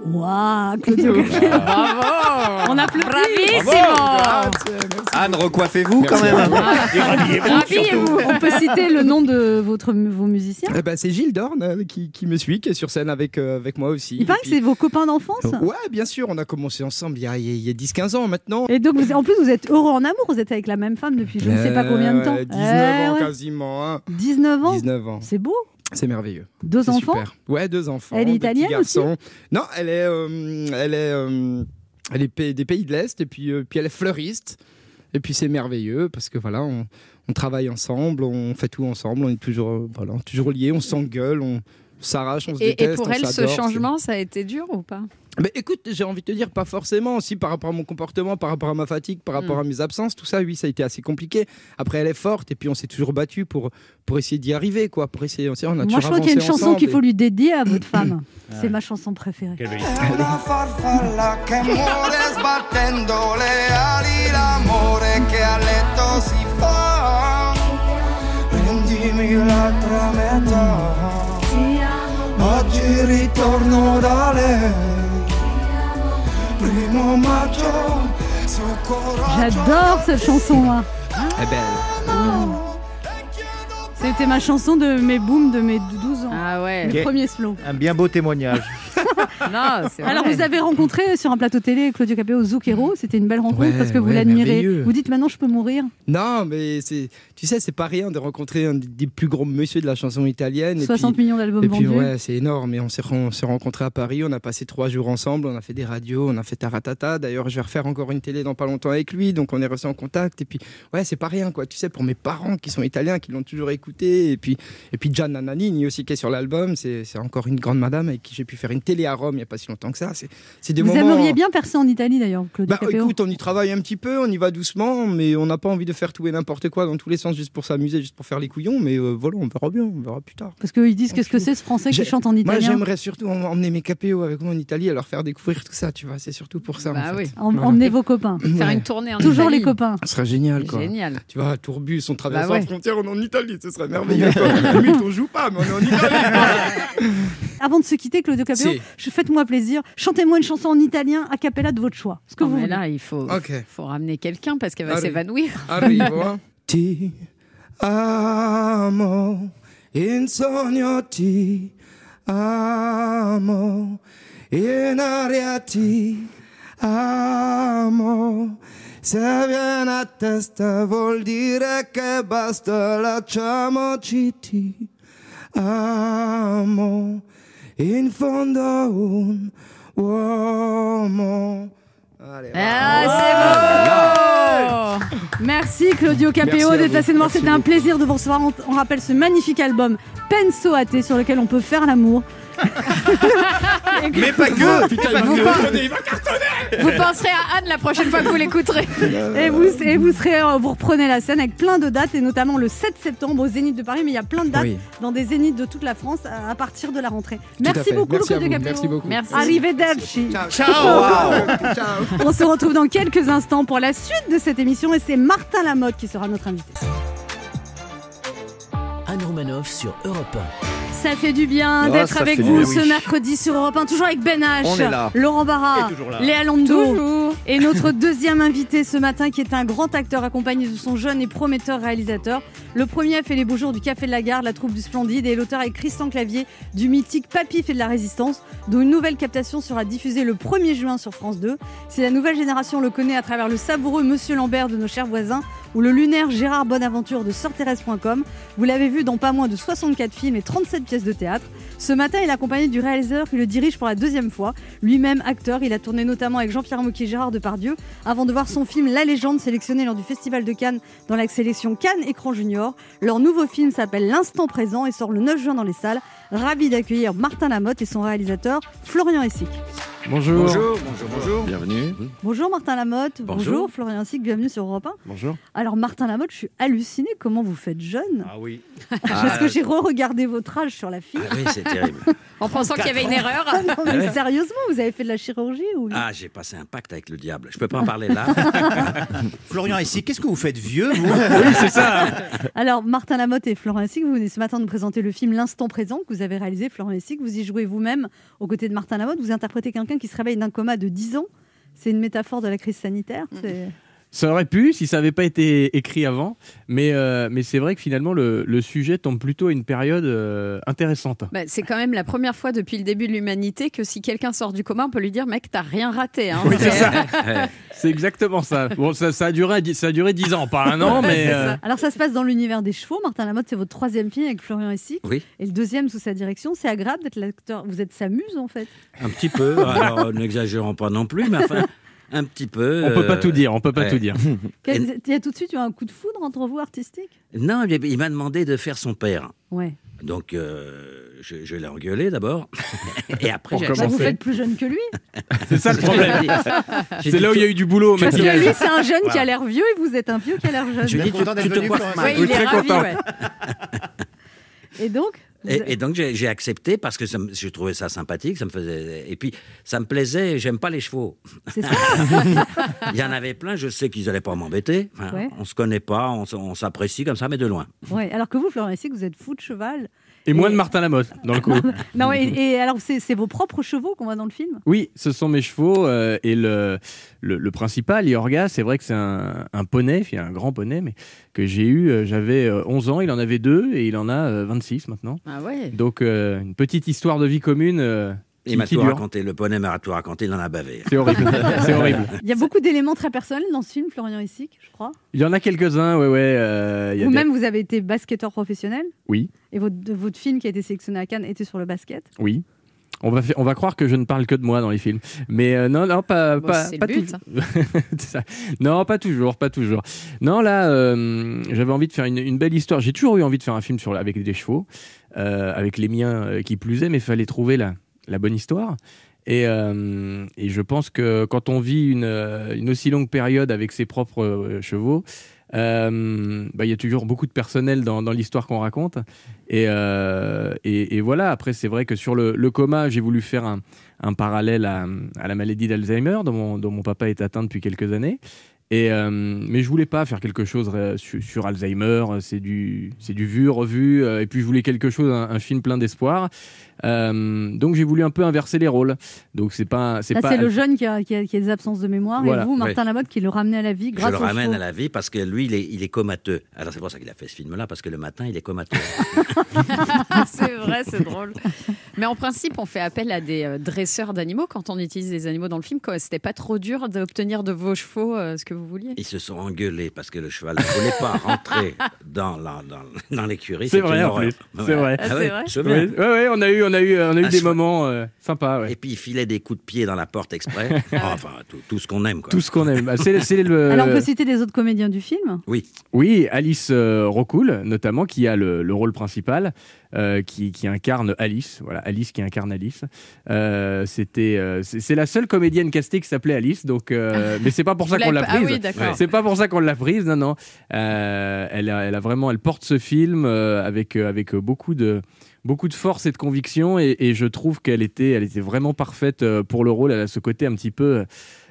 Waouh, Claudio Capéo. Bravo Oh, On applaudit. Bravissimo Anne, recoiffez-vous (laughs) quand même. Raviez-vous On peut citer le nom de votre, vos musiciens Eh ben, c'est Gilles Dorn euh, qui, qui me suit, qui est sur scène avec, euh, avec moi aussi. Il paraît Et que c'est vos copains d'enfance puis- Ouais, bien sûr, on a commencé ensemble il y a, il y a 10-15 ans maintenant. Et donc, vous, en plus, vous êtes heureux en amour, vous êtes avec la même femme depuis je ne sais pas combien de temps. Euh, 19 Eh ans ouais. quasiment. hein. 19 ans 19 ans. C'est beau C'est merveilleux. Deux C'est enfants super. Ouais, deux enfants. Elle est deux italienne petits garçons. Non, elle est, euh, elle est, euh, elle est pa- des pays de l'Est et puis, euh, puis elle est fleuriste. Et puis c'est merveilleux parce que voilà, on, on travaille ensemble, on fait tout ensemble, on est toujours, euh, voilà, toujours liés, on s'engueule, on s'arrache, on se et, déteste. et pour on elle, ce s'adore, c'est- changement, ça a été dur ou pas Mais écoute, j'ai envie de te dire, pas forcément aussi par rapport à mon comportement, par rapport à ma fatigue, par rapport Mm. à mes absences, tout ça, oui, ça a été assez compliqué. Après, elle est forte et puis on s'est toujours battu pour, pour essayer d'y arriver, quoi. Pour essayer, on a Moi, toujours je crois qu'il y a une avancé chanson ensemble qu'il et- faut lui dédier à votre femme. C'est ma chanson préférée. È una farfalla che muore sbattendo le ali, l'amore che a letto si fa. Prendimi l'altra metà, oggi ritorno da lei. Primo maggio, su coraggio. J'adore cette chanson-là. Eh ben, C'était ma chanson de mes booms de mes 12 ans. Ah ouais. Le Ok. premier slow. Un bien beau témoignage. Non, c'est Alors, vrai. vous avez rencontré sur un plateau télé Claudio Capéo Zucchero. C'était une belle rencontre Ouais, parce que vous ouais, l'admirez. merveilleux. Vous dites maintenant, je peux mourir. Non, mais c'est, tu sais, c'est pas rien de rencontrer un des- des plus gros monsieur de la chanson italienne. et 60 puis- millions d'albums et puis, vendus. ouais, c'est énorme. Et on s'est, ren- on s'est rencontrés à Paris, on a passé trois jours ensemble, on a fait des radios, on a fait taratata. D'ailleurs, je vais refaire encore une télé dans pas longtemps avec lui, donc on est resté en contact. Et puis, ouais, c'est pas rien, quoi. Tu sais, pour mes parents qui sont italiens, qui l'ont toujours écouté. Et puis, et puis Gianna Nannini aussi qui est sur l'album, c'est, c'est encore une grande madame avec qui j'ai pu faire une télé à Rome il y a pas si longtemps que ça. C'est, c'est des Vous moments. aimeriez bien percer en Italie d'ailleurs, Claudio Bah Capéo. écoute, on y travaille un petit peu, on y va doucement, mais on n'a pas envie de faire tout et n'importe quoi dans tous les sens juste pour s'amuser, juste pour faire les couillons, mais euh, voilà, on verra bien, on verra plus tard. Parce qu'ils disent qu'est-ce que c'est ce français qui J'ai- chante en Moi italien. j'aimerais surtout em- emmener mes KPO avec moi en Italie et leur faire découvrir tout ça, tu vois, c'est surtout pour ça. Bah en fait. oui. Em- Voilà. Emmenez vos copains. Faire Ouais. une tournée en Toujours Italie. les copains. Ce serait génial quoi. Génial. Tu vois, tourbus, on traverse Bah ouais. la frontière, on est en Italie, ce serait merveilleux. quoi. À la limite, on joue pas, (laughs) mais on est en Italie. (laughs) Avant de se quitter, Claudio Capéo, Si. je- faites-moi plaisir. Chantez-moi une chanson en italien a cappella de votre choix. Ce que Non, vous mais voulez. là, il faut, Ok. Ah faut ramener quelqu'un parce qu'elle va Allez. s'évanouir. Arrivo, hein. (laughs) ti amo, in sogno ti amo, in aria ti amo. Se viene a testa vuol dire che basta, lasciamoci ti amo. In fondo un uomo. Allez, Ah, c'est beau Merci Claudio Merci à Capéo vous. d'être passé de voir. Merci C'était un beaucoup. plaisir de vous recevoir. On, on rappelle ce magnifique album Penso Athée sur lequel on peut faire l'amour. Mais pas que vous, vous penserez à Anne la prochaine fois que vous l'écouterez. Et vous, et vous serez, euh, vous reprenez la scène avec plein de dates et notamment le 7 septembre au Zénith de Paris. Mais il y a plein de dates Oui. dans des Zéniths de toute la France à, à partir de la rentrée. Tout à Merci fait. beaucoup Merci à Claudio vous. Capéo. Merci beaucoup. Merci. Arrivederci. ciao. On se retrouve dans quelques instants pour la suite de cette émission et c'est Martin Lamotte qui sera notre invité. Anne Romanoff sur Europe Ça fait du bien Ah, d'être ça avec fait du vous bien, ce oui. mercredi sur Europe 1, toujours avec Ben H, On est là. Laurent Barra, Et toujours là. Léa Landau et notre (laughs) deuxième invité ce matin qui est un grand acteur accompagné de son jeune et prometteur réalisateur. Le premier a fait les beaux jours du Café de la Gare, la troupe du Splendide et l'auteur est Christian Clavier du mythique Papy fait de la résistance dont une nouvelle captation sera diffusée le 1er juin sur France 2. Si la nouvelle génération le connaît à travers le savoureux Monsieur Lambert de nos chers voisins ou le lunaire Gérard Bonaventure de sorteresse.com, vous l'avez vu dans pas moins de 64 films et 37 pièces de théâtre. Ce matin, il est accompagné du réalisateur qui le dirige pour la deuxième fois. Lui-même acteur, il a tourné notamment avec Jean-Pierre Mocky et Gérard Depardieu avant de voir son film La Légende sélectionné lors du Festival de Cannes dans la sélection Cannes Écran Junior. Leur nouveau film s'appelle L'Instant Présent et sort le 9 juin dans les salles. Ravi d'accueillir Martin Lamotte et son réalisateur Florian Essic. Bonjour. Bienvenue. Bonjour Martin Lamotte, bonjour, Florian Essic, bienvenue sur Europe 1. Bonjour. Alors Martin Lamotte, je suis hallucinée, comment vous faites jeune Ah oui. (laughs) Parce que j'ai re-regardé votre âge sur la fille. Ah oui, c'est (laughs) terrible. En pensant qu'il y avait une erreur. Ah (laughs) non, mais sérieusement, vous avez fait de la chirurgie ou Ah, (laughs) j'ai passé un pacte avec le diable. Je peux pas en (laughs) parler là. (laughs) Florian ici, qu'est-ce que vous faites vieux vous (laughs) Alors, Martin Lamotte et Florent Hessig, vous venez ce matin nous présenter le film L'Instant Présent que vous avez réalisé, Florent Hessig. Vous y jouez vous-même aux côtés de Martin Lamotte. Vous interprétez quelqu'un qui se réveille d'un coma de 10 ans. C'est une métaphore de la crise sanitaire. c'est- Ça aurait pu si ça n'avait pas été écrit avant, mais, euh, mais c'est vrai que finalement le, le sujet tombe plutôt à une période euh, intéressante. (laughs) Bah, c'est quand même la première fois depuis le début de l'humanité que si quelqu'un sort du coma, on peut lui dire mec, t'as rien raté. hein. C'est- C'est exactement ça. Bon, ça, ça a duré dix- ça a duré dix ans, pas un an, mais euh, Alors, ça se passe dans l'univers des chevaux. Martin Lamotte, c'est votre troisième film avec Florent Hessig. Oui. Et le deuxième sous sa direction. C'est agréable d'être l'acteur. Vous êtes sa muse, en fait. Un petit peu. Ah, Alors, euh, n'exagérons pas non plus, mais enfin, un petit peu. on peut pas euh, tout dire. On peut pas ouais. tout (laughs) dire. Quel- Il y a tout de suite eu un coup de foudre entre vous, artistique Non, il il m'a demandé de faire son père. Ouais. Donc, euh, je, je l'ai engueulé d'abord. (laughs) Et après, Pour j'ai commencer. Bah, vous c'est- faites plus jeune que lui. (laughs) C'est ça le problème. J'ai C'est dit, là où il y a eu du boulot au Parce que maquillage. lui, c'est un jeune qui a l'air vieux et vous êtes un vieux qui a l'air jeune. Je lui ai dit, tu, tu te coiffes mal. Ouais, il est très ravi. content. ouais. Et donc vous Et, et donc j'ai j'ai accepté parce que ça me- je trouvais ça sympathique, ça me faisait et puis ça me plaisait. J'aime pas les chevaux. C'est ça. Il y en avait plein. Je sais qu'ils allaient pas m'embêter. Enfin, Ouais. On se connaît pas, on, s- on s'apprécie comme ça, mais de loin. Ouais, alors que vous, Florent Lessig, vous êtes fou de cheval. Et moi de Martin Lamotte dans le coup. Non, et, et alors, c'est c'est vos propres chevaux qu'on voit dans le film Oui, ce sont mes chevaux euh, et le, le, le principal, Yorga, c'est vrai que c'est un, un poney, puis un grand poney, mais que j'ai eu, euh, j'avais euh, 11 ans, il en avait deux et il en a euh, 26 maintenant. Ah ouais. Donc euh, une petite histoire de vie commune, euh, Il Qui- m'a qui tout dure raconté. Le poney m'a tout raconté. Il en a bavé. c'est (laughs) horrible, c'est horrible. Il y a beaucoup d'éléments très personnels dans ce film, Florian Essic, je crois. Il y en a quelques-uns, ouais, ouais. euh, il y a des- Vous-même, vous avez été basketteur professionnel. Oui. Et votre, de- votre film qui a été sélectionné à Cannes était sur le basket. Oui. On va, faire- on va croire que je ne parle que de moi dans les films. Mais euh, non, non, pas, Bah, pas, c'est le pas but. toujours. (laughs) C'est ça. Non, pas toujours, pas toujours. Non, là, euh, j'avais envie de faire une, une belle histoire. J'ai toujours eu envie de faire un film sur, avec des chevaux, euh, avec les miens euh, qui plus est, mais il fallait trouver la, la bonne histoire. Et, euh, et je pense que quand on vit une, euh, une aussi longue période avec ses propres euh, chevaux, euh, bah, il y a toujours beaucoup de personnel dans, dans l'histoire qu'on raconte. Et, euh, et, et voilà, après, c'est vrai que sur le, le coma, j'ai voulu faire un, un parallèle à, à la maladie d'Alzheimer, dont mon, dont mon papa est atteint depuis quelques années. Et, euh, mais je voulais pas faire quelque chose euh, su- sur, Alzheimer, euh, c'est du, c'est du vu, revu, euh, et puis je voulais quelque chose, un, un film plein d'espoir. Euh, donc j'ai voulu un peu inverser les rôles. Donc c'est pas, c'est Là, pas. c'est le jeune qui a, qui a- qui a des absences de mémoire Voilà. et vous, Martin Oui. Lamotte, qui le ramenez à la vie Je grâce le au ramène show. à la vie parce que lui, il est, il est comateux. Alors c'est pour ça qu'il a fait ce film-là, parce que le matin, il est (laughs) comateux. (laughs) c'est vrai, c'est drôle. Mais en principe, on fait appel à des euh, dresseurs d'animaux quand on utilise des animaux dans le film. quoi. C'était pas trop dur d'obtenir de vos chevaux euh, ce que vous vouliez. Ils se sont engueulés parce que le cheval ne voulait pas rentrer dans, la- dans, dans l'écurie. C'est C'était vrai une en horreur. plus. C'est Voilà. vrai. Ah ouais, je me Ouais, souviens. ouais, ouais, on a eu, on a eu, on a eu Un des cheval. moments euh, sympas. ouais. Et puis il filait des coups de pied dans la porte (laughs) exprès. enfin, tout, tout ce qu'on aime. Quoi. Tout ce qu'on aime. Bah, c'est, c'est (laughs) le. Alors, on peut citer les autres comédiens du film Oui. Oui, Alice euh, Rocoul, notamment, qui a le, le rôle principal, euh, qui, qui incarne Alice. Voilà, Alice qui incarne Alice. Euh, c'était, euh, c'est, c'est la seule comédienne castée qui s'appelait Alice, donc. (laughs) euh, mais c'est pas pour Vous ça qu'on l'avez l'a pas- ah prise. oui, d'accord. C'est pas pour ça qu'on l'a prise. Non, non. Euh, elle, a, elle a vraiment, elle porte ce film euh, avec euh, avec euh, beaucoup de beaucoup de force et de conviction, et, et je trouve qu'elle était, elle était vraiment parfaite euh, pour le rôle. Elle a ce côté un petit peu. euh,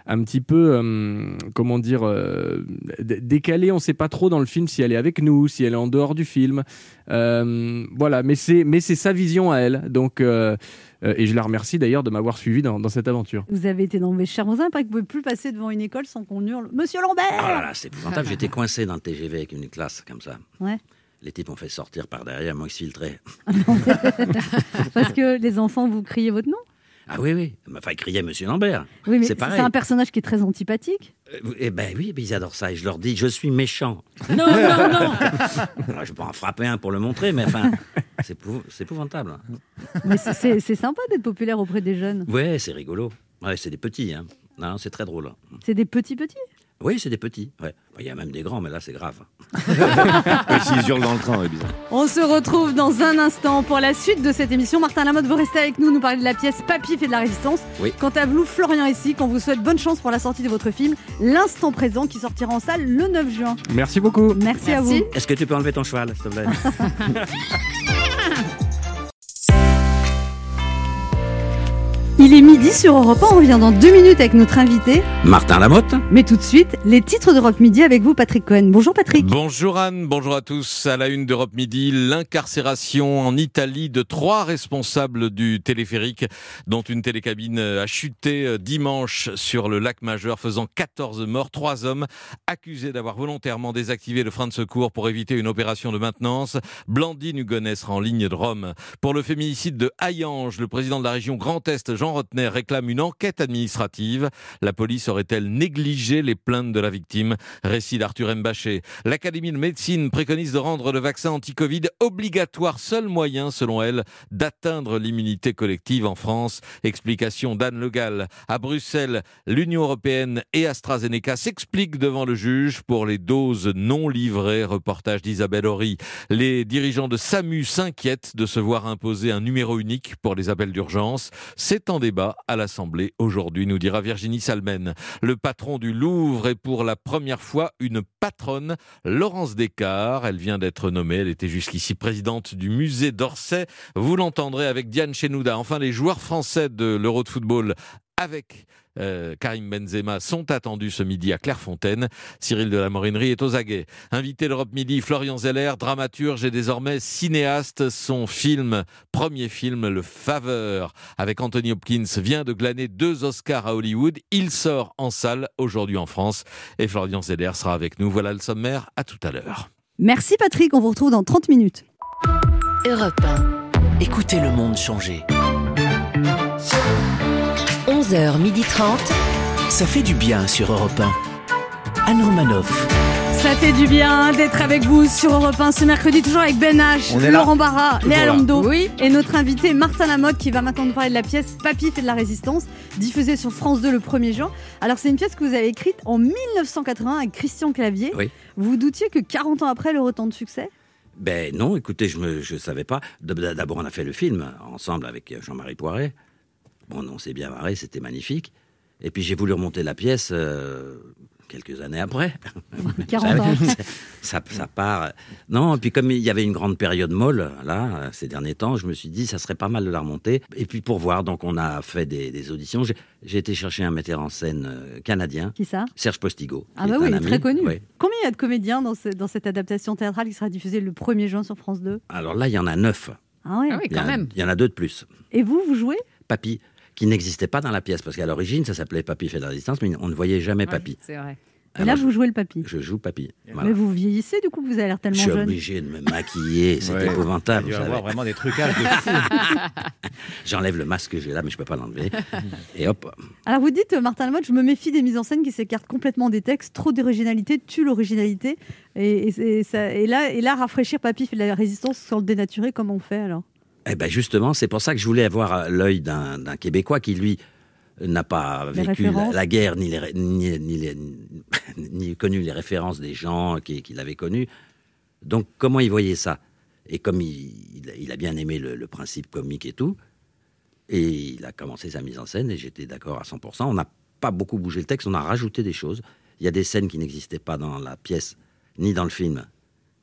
un petit peu, euh, comment dire, euh, d- décalé. On ne sait pas trop dans le film si elle est avec nous, si elle est en dehors du film. Euh, voilà, mais c'est mais c'est sa vision à elle. Donc euh, euh, et je la remercie d'ailleurs de m'avoir suivi dans, dans cette aventure. Vous avez été dans mes chers voisins, pas que vous pouvez plus passer devant une école sans qu'on hurle Monsieur Oh Lambert là là, c'est épouvantable. J'étais coincé dans le TGV avec une classe comme ça. Ouais. Les types ont fait sortir par derrière, moi, ils se filtraient. Parce que les enfants, vous criez votre nom Ah oui, oui. Enfin, ils criaient Monsieur Lambert. Oui, mais c'est c'est pareil. un personnage qui est très antipathique. Euh, Eh ben oui, mais ils adorent ça. Et je leur dis, je suis méchant. Non, non, non. (laughs) Je peux en frapper un pour le montrer, mais enfin, c'est pou- c'est épouvantable. Mais c'est- c'est c'est sympa d'être populaire auprès des jeunes. Ouais, c'est rigolo. Ouais, c'est des petits. Hein. Non, c'est très drôle. C'est des petits petits. Oui, c'est des petits. ouais. Il y a même des grands, mais là, c'est grave. (laughs) Et s'ils hurlent dans le train, ouais, bizarre. On se retrouve dans un instant pour la suite de cette émission. Martin Lamotte, vous restez avec nous, nous parler de la pièce Papy fait de la résistance. Oui. Quant à vous, Florian ici, qu'on vous souhaite bonne chance pour la sortie de votre film, L'instant présent, qui sortira en salle le 9 juin. Merci beaucoup. Merci, à vous. Est-ce que tu peux enlever ton cheval, s'il te plaît (laughs) Il est midi sur Europe 1, on revient dans deux minutes avec notre invité. Martin Lamotte Mais tout de suite, les titres d'Europe Midi avec vous, Patrick Cohen. Bonjour Patrick. Bonjour Anne, bonjour à tous. À la une d'Europe Midi, l'incarcération en Italie de trois responsables du téléphérique dont une télécabine a chuté euh, dimanche sur le lac Majeur faisant 14 morts. Trois hommes accusés d'avoir volontairement désactivé le frein de secours pour éviter une opération de maintenance. Blandine Hugonnet sera en ligne de Rome. Pour le féminicide de Hayange, le président de la région Grand Est, Jean Rotner, réclame une enquête administrative. La police aurait-elle négligé les plaintes de la victime Récit d'Arthur Mbaché. L'Académie de médecine préconise de rendre le vaccin anti-Covid obligatoire, seul moyen, selon elle, d'atteindre l'immunité collective en France. Explication d'Anne Le Gall. À Bruxelles, l'Union européenne et AstraZeneca s'expliquent devant le juge pour les doses non livrées. Reportage d'Isabelle Horry. Les dirigeants de SAMU s'inquiètent de se voir imposer un numéro unique pour les appels d'urgence. C'est en débat à l'Assemblée aujourd'hui, nous dira Virginie Salmen. Le patron du Louvre est pour la première fois une patronne, Laurence Descartes. Elle vient d'être nommée, elle était jusqu'ici présidente du musée d'Orsay. Vous l'entendrez avec Diane Chenouda. Enfin, les joueurs français de l'Euro de football avec euh, Karim Benzema sont attendus ce midi à Clairefontaine. Cyril de la Morinerie est aux aguets. Invité l'Europe Midi, Florian Zeller, dramaturge et désormais cinéaste, son film, premier film, Le Faveur, avec Anthony Hopkins, vient de glaner deux Oscars à Hollywood. Il sort en salle aujourd'hui en France et Florian Zeller sera avec nous. Voilà le sommaire, à tout à l'heure. Merci Patrick, on vous retrouve dans 30 minutes. Europe 1. Écoutez le monde changer. 11h30. Ça fait du bien sur Europe 1. Anne Romanoff. Ça fait du bien d'être avec vous sur Europe 1 ce mercredi, toujours avec Ben H, On est là. Laurent Barra, Toujours Léa là. Lando et notre invité Martin Lamotte qui va maintenant nous parler de la pièce Papy fait de la résistance, diffusée sur France 2 le 1er juin. Alors c'est une pièce que vous avez écrite en 1980 avec Christian Clavier. Oui. Vous vous doutiez que 40 ans après, elle aurait autant de succès Ben non, écoutez, je ne je savais pas. D- d- D'abord, on a fait le film ensemble avec Jean-Marie Poiret. Bon, on s'est bien marré, c'était magnifique. Et puis j'ai voulu remonter la pièce euh, quelques années après. (laughs) 40 ans. ça, ça part. Non, et puis comme il y avait une grande période molle, là, euh, ces derniers temps, je me suis dit, ça serait pas mal de la remonter. Et puis pour voir, donc on a fait des, des auditions. J'ai- J'ai été chercher un metteur en scène euh, canadien, Qui ça Serge Postigo. Ah qui bah est oui, un il est ami. très connu. Ouais. Combien il y a de comédiens dans, ce- dans cette adaptation théâtrale qui sera diffusée le 1er juin sur France 2 Alors là, il y en a neuf. Ah ouais. Il y en a- Il y en a deux de plus. Et vous, vous jouez Papy, qui n'existait pas dans la pièce, parce qu'à l'origine, ça s'appelait Papy fait de la résistance, mais on ne voyait jamais Papy. C'est vrai. Et là, vous jouez le papy. Je joue Papy. Voilà. Mais vous vieillissez, du coup, vous avez l'air Je tellement suis jeune. obligé de me maquiller, c'est Ouais. épouvantable. Il doit vous avoir savez. vraiment des trucages de fou. (laughs) J'enlève le masque que j'ai là, mais je peux (laughs) pas l'enlever. Et hop. Alors vous dites, euh, Martin Lamotte, je me méfie des mises en scène qui s'écartent complètement des textes. Trop d'originalité tue l'originalité. Et, et- et ça- et là, et là, rafraîchir papy fait de la résistance sans le dénaturer, comment on fait alors Eh ben justement, c'est pour ça que je voulais avoir euh, l'œil d'un d'un Québécois qui, lui, n'a pas Les vécu la, références. la guerre, ni, les ré- ni- ni les- (laughs) ni connu les références des gens qui, qui l'avaient connu. Donc, comment il voyait ça Et comme il, il a- il a bien aimé le, le principe comique et tout, et il a commencé sa mise en scène, et j'étais d'accord à 100%. On n'a pas beaucoup bougé le texte, on a rajouté des choses. Il y a des scènes qui n'existaient pas dans la pièce, ni dans le film,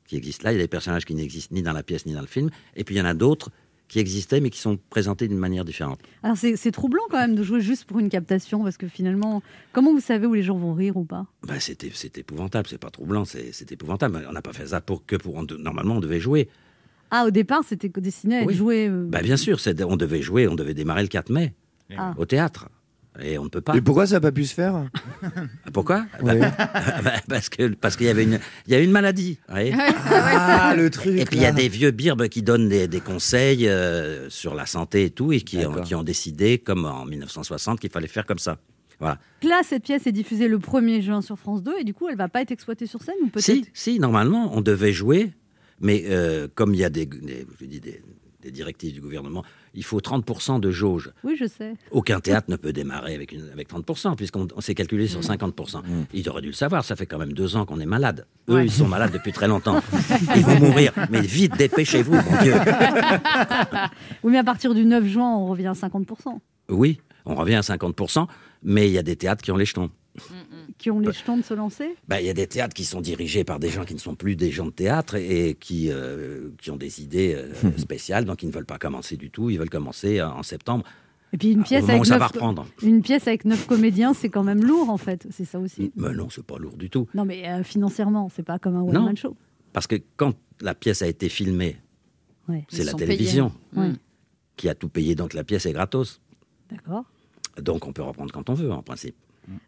qui existent là. Il y a des personnages qui n'existent ni dans la pièce, ni dans le film. Et puis, il y en a d'autres qui existaient, mais qui sont présentés d'une manière différente. Alors c'est c'est troublant quand même de jouer juste pour une captation, parce que finalement, comment vous savez où les gens vont rire ou pas Bah, c'était c'est épouvantable, c'est pas troublant, c'est c'est épouvantable. On n'a pas fait ça pour que pour on de- normalement on devait jouer. Ah, au départ, c'était destiné à être Oui. joué. euh, Bah bien sûr, c'est- on devait jouer, on devait démarrer le 4 mai Ah. au théâtre et on ne peut pas. Et pourquoi ça n'a pas pu se (laughs) faire Pourquoi Bah, (laughs) bah, Parce que parce qu'il y avait une il y a une maladie. vous voyez. Ah, (laughs) le truc. Et puis il y a là. des vieux birbes qui donnent des, des conseils euh, sur la santé et tout et qui ont, qui ont décidé comme en 1960 qu'il fallait faire comme ça. Voilà. Donc Là, cette pièce est diffusée le 1er juin sur France 2 et du coup, elle va pas être exploitée sur scène ou peut-être Si, si, normalement, on devait jouer, mais euh, comme il y a des, des- je dis des- des directives du gouvernement, il faut 30% de jauge. Oui, je sais. Aucun théâtre ne peut démarrer avec, une, avec 30%, puisqu'on on s'est calculé sur 50%. Ils auraient dû le savoir, ça fait quand même deux ans qu'on est malade. Eux, ils sont malades depuis très longtemps. Ils vont mourir. Mais vite, dépêchez-vous, mon Dieu. Oui, mais à partir du 9 juin, on revient à 50%. Oui, on revient à 50%, mais il y a des théâtres qui ont les jetons. Qui ont les jetons de se lancer Bah, Il y a des théâtres qui sont dirigés par des gens qui ne sont plus des gens de théâtre et, et qui, euh, qui ont des idées euh, spéciales, donc ils ne veulent pas commencer du tout, ils veulent commencer euh, en septembre. Et puis une pièce, Ah, moment avec où ça 9... va reprendre. une pièce avec 9 comédiens, c'est quand même lourd en fait, c'est ça aussi. Mais Mm, bah non, c'est pas lourd du tout. Non mais euh, financièrement, c'est pas comme un Non. one-man show. Parce que quand la pièce a été filmée, Ouais. c'est la télévision Mm. qui a tout payé, donc la pièce est gratos. D'accord. Donc on peut reprendre quand on veut, en principe.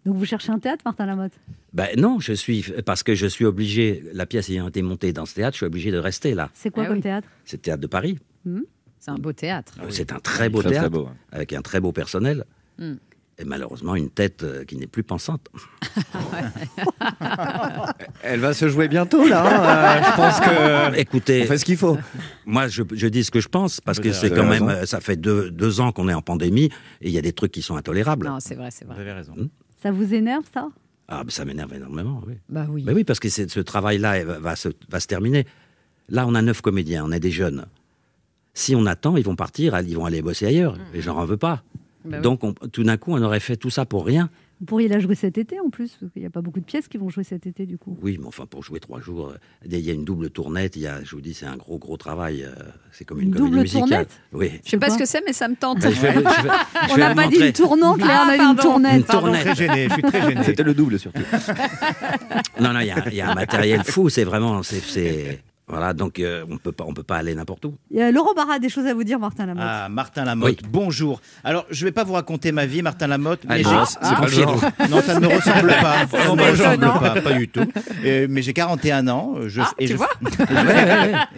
Donc vous cherchez un théâtre, Martin Lamotte Ben non, je suis parce que je suis obligé, la pièce ayant été montée dans ce théâtre, je suis obligé de rester là. C'est quoi Ah comme oui. théâtre C'est le théâtre de Paris. Hmm C'est un beau théâtre. C'est un très beau Très, très théâtre, beau, ouais. avec un très beau personnel. Mm. Et malheureusement, une tête euh, qui n'est plus pensante. (laughs) Elle va se jouer bientôt là. hein. Euh, je pense que. (laughs) Écoutez, on fait ce qu'il faut. Moi, je, je dis ce que je pense parce que Vous c'est avez quand raison. même, euh, ça fait deux, deux ans qu'on est en pandémie et il y a des trucs qui sont intolérables. Non, c'est vrai, c'est vrai. Vous avez raison. Ça vous énerve ça Ah, ben, ça m'énerve énormément. Oui. Bah oui. Ben oui, parce que c'est- ce travail-là eh, va, va se, va se terminer. Là, on a neuf comédiens, on est des jeunes. Si on attend, ils vont partir, ils vont aller bosser ailleurs. Et j'en veux pas. Bah oui. Donc, on- tout d'un coup, on aurait fait tout ça pour rien. Vous pourriez la jouer cet été en plus, parce qu'il n'y a pas beaucoup de pièces qui vont jouer cet été du coup. Oui, mais enfin, pour jouer trois jours, euh, il y a une double tournette. Il y a, je vous dis, c'est un gros, gros travail. euh, C'est comme une, Une comédie double musicale. tournette Oui. Je sais pas ce que c'est, mais ça me tente. Ben, je vais- je (laughs) vais- je On vais n'a vous pas dit montrer. une tournante, Claire, Ah, on a dit une pardon. tournette. Une tournette. Très gêné, je suis très gêné. C'était le double surtout. (laughs) Non, non, il y a- il y, a un matériel fou, c'est vraiment. c'est- C'est. Voilà, donc euh, on peut pas, on peut pas aller n'importe où. Il y a Laurent Barra a des choses à vous dire, Martin Lamotte. Ah, Martin Lamotte, bonjour. Alors, je vais pas vous raconter ma vie, Martin Lamotte, mais Allez, j'ai- ah, c'est Ah, pas le confirme. genre. Non, ça ne me ressemble pas. Ça ne me (laughs) C'est ressemble étonnant. pas, pas du tout. Euh, mais j'ai 41 ans. euh, Je, et, (laughs) je,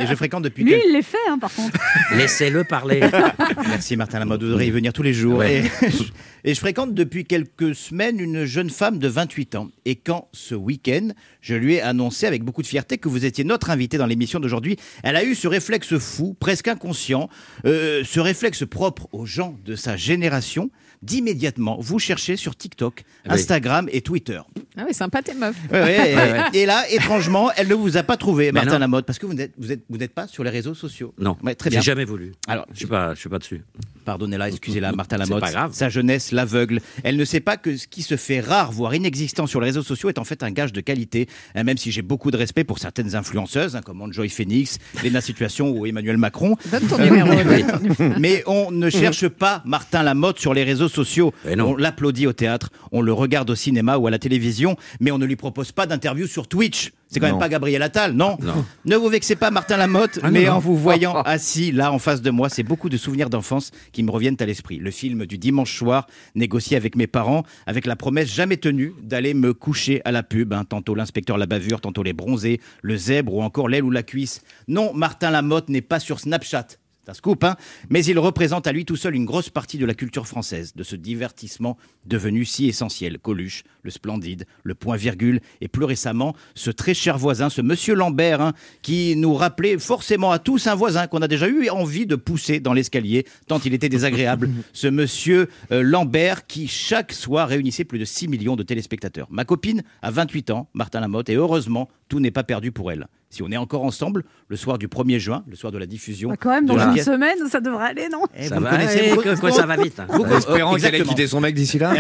et je fréquente depuis Ah, Lui, quelques- il les fait, hein, par contre. Laissez-le parler. (laughs) Merci Martin Lamotte, vous devriez y venir tous les jours. Ouais. Et, je, et je fréquente depuis quelques semaines une jeune femme de 28 ans. Et quand ce week-end, je lui ai annoncé avec beaucoup de fierté que vous étiez notre invité dans l'émission d'aujourd'hui, elle a eu ce réflexe fou, presque inconscient, euh, ce réflexe propre aux gens de sa génération d'immédiatement, vous cherchez sur TikTok, Instagram et Twitter. Ah oui, sympa tes meufs. Ouais, ouais, (laughs) et- Et là, étrangement, elle ne vous a pas trouvé, Ben Martin non. Lamotte, parce que vous n'êtes vous êtes- vous n'êtes pas sur les réseaux sociaux. Non, Ouais, très j'ai bien. jamais voulu. Alors, je suis pas, je suis pas dessus. Pardonnez-la, excusez-la, Martin Lamotte. pas grave. Sa jeunesse l'aveugle. Elle ne sait pas que ce qui se fait rare, voire inexistant sur les réseaux sociaux est en fait un gage de qualité. Hein, Même si j'ai beaucoup de respect pour certaines influenceuses, hein, comme Joy Phoenix, Lena Situation ou Emmanuel Macron. Donne ton numéro. (laughs) oui. Mais on ne cherche pas Martin Lamotte sur les réseaux sociaux. On l'applaudit au théâtre, on le regarde au cinéma ou à la télévision, mais on ne lui propose pas d'interview sur Twitch. C'est quand Non. même pas Gabriel Attal, non, Ne vous vexez pas, Martin Lamotte, Ah non, mais non. en vous (laughs) voyant assis là en face de moi, c'est beaucoup de souvenirs d'enfance qui me reviennent à l'esprit. Le film du dimanche soir, négocié avec mes parents, avec la promesse jamais tenue d'aller me coucher à la pub. hein. tantôt l'inspecteur la bavure, tantôt les bronzés, le zèbre ou encore l'aile ou la cuisse. Non, Martin Lamotte n'est pas sur Snapchat. C'est un scoop, hein Mais il représente à lui tout seul une grosse partie de la culture française, de ce divertissement devenu si essentiel. Coluche, le splendide, le point-virgule, et plus récemment, ce très cher voisin, ce monsieur Lambert, hein, qui nous rappelait forcément à tous un voisin qu'on a déjà eu envie de pousser dans l'escalier, tant il était désagréable. ce monsieur euh, Lambert qui, chaque soir, réunissait plus de 6 millions de téléspectateurs. Ma copine a 28 ans, Martin Lamotte, et heureusement, tout n'est pas perdu pour elle. Si on est encore ensemble, le soir du 1er juin, le soir de la diffusion. Bah, quand même, dans de la une pièce- semaine, ça devrait aller, non eh, vous connaissez- vous- vous- vous- Euh, En espérant oh, qu'elle ait exactement. quitté son mec d'ici là.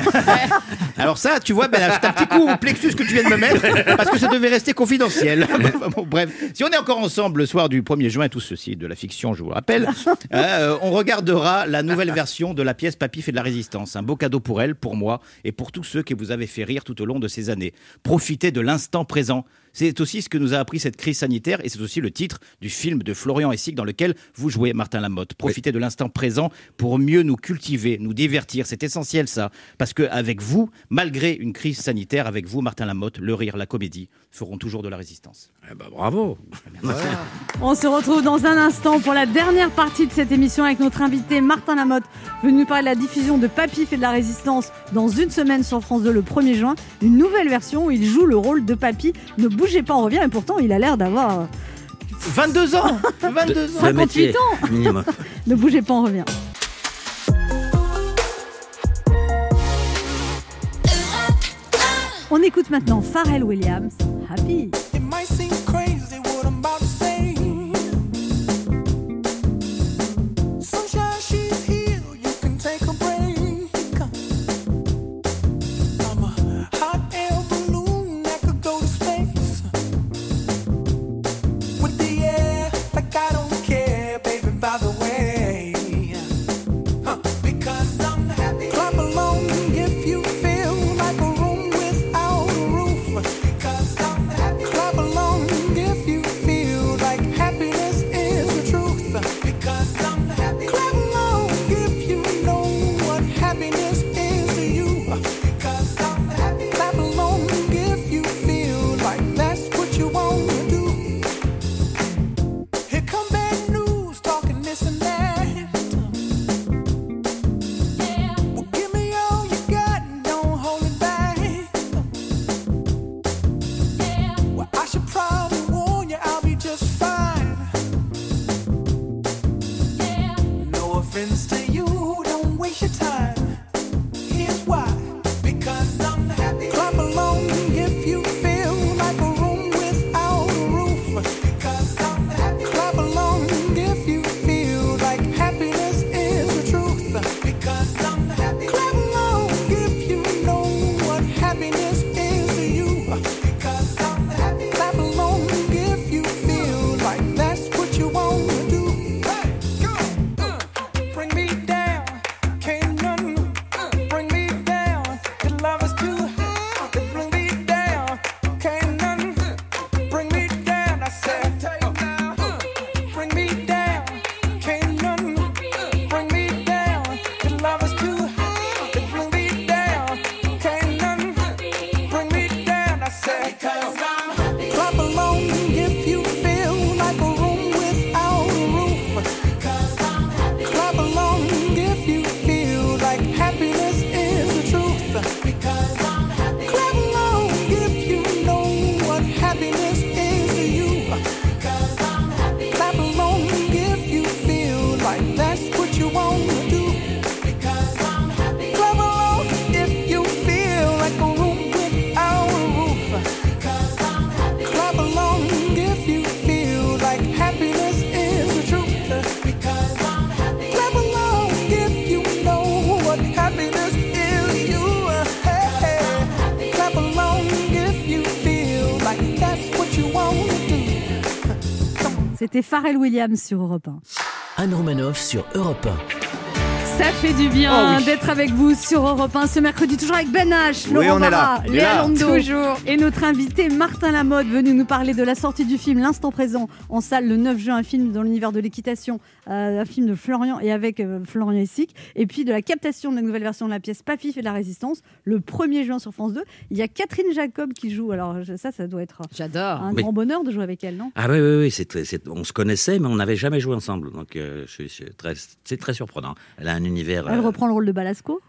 Alors ça, tu vois, ben, c'est un petit coup au plexus que tu viens de me mettre, parce que ça devait rester (laughs) confidentiel. Enfin, bon, bref, si on est encore ensemble le soir du 1er juin, tout ceci est de la fiction, je vous le (laughs) rappelle, euh, on regardera la nouvelle version de la pièce Papy fait de la résistance. Un beau cadeau pour elle, pour moi, et pour tous ceux qui vous avez fait rire tout au long de ces années. Profitez de l'instant présent. C'est aussi ce que nous a appris cette crise sanitaire et c'est aussi le titre du film de Florian Essig dans lequel vous jouez Martin Lamotte. Profitez de l'instant présent pour mieux nous cultiver, nous divertir. C'est essentiel ça. Parce qu'avec vous, malgré une crise sanitaire, avec vous, Martin Lamotte, le rire, la comédie feront toujours de la résistance. Eh ben, bravo (laughs) On se retrouve dans un instant pour la dernière partie de cette émission avec notre invité Martin Lamotte, venu parler de la diffusion de Papy fait de la résistance dans une semaine sur France 2 le 1er juin. Une nouvelle version où il joue le rôle de Papy. Ne bougez pas, on revient et pourtant il a l'air d'avoir euh, 22 (laughs) ans 22 ans Le métier 58 ans minimum. (laughs) Ne bougez pas, on revient. On écoute maintenant Pharrell Williams, Happy. It might seem crazy what I'm about to say. Sunshine, she's here. You can take a break. I'm a hot air balloon that could go to space. With the air, like I don't care, baby. By the way, huh? Because I'm happy. Clap along if you feel like a room without a roof. Clap along C'était Pharrell Williams sur Europe 1. Anne Romanoff sur Europe 1. Ça fait du bien Oh oui. d'être avec vous sur Europe 1 ce mercredi, toujours avec Ben H, Oui, Laurent on est là. Barra, On est Léa là. Landau Toujours. et notre invité Martin Lamotte venu nous parler de la sortie du film L'instant présent en salle le 9 juin, un film dans l'univers de l'équitation, euh, un film de Florian et avec euh, Florian Essic, et puis de la captation de la nouvelle version de la pièce Pafif et la résistance le 1er juin sur France 2. Il y a Catherine Jacob qui joue, alors je- ça, ça doit être un Oui. grand bonheur de jouer avec elle, non Ah oui, oui, oui, c'est très- c'est- on se connaissait, mais on n'avait jamais joué ensemble. Donc, euh, je suis- je suis très- c'est très surprenant. Elle a un Bah, univers. Elle euh, reprend le rôle de Balasco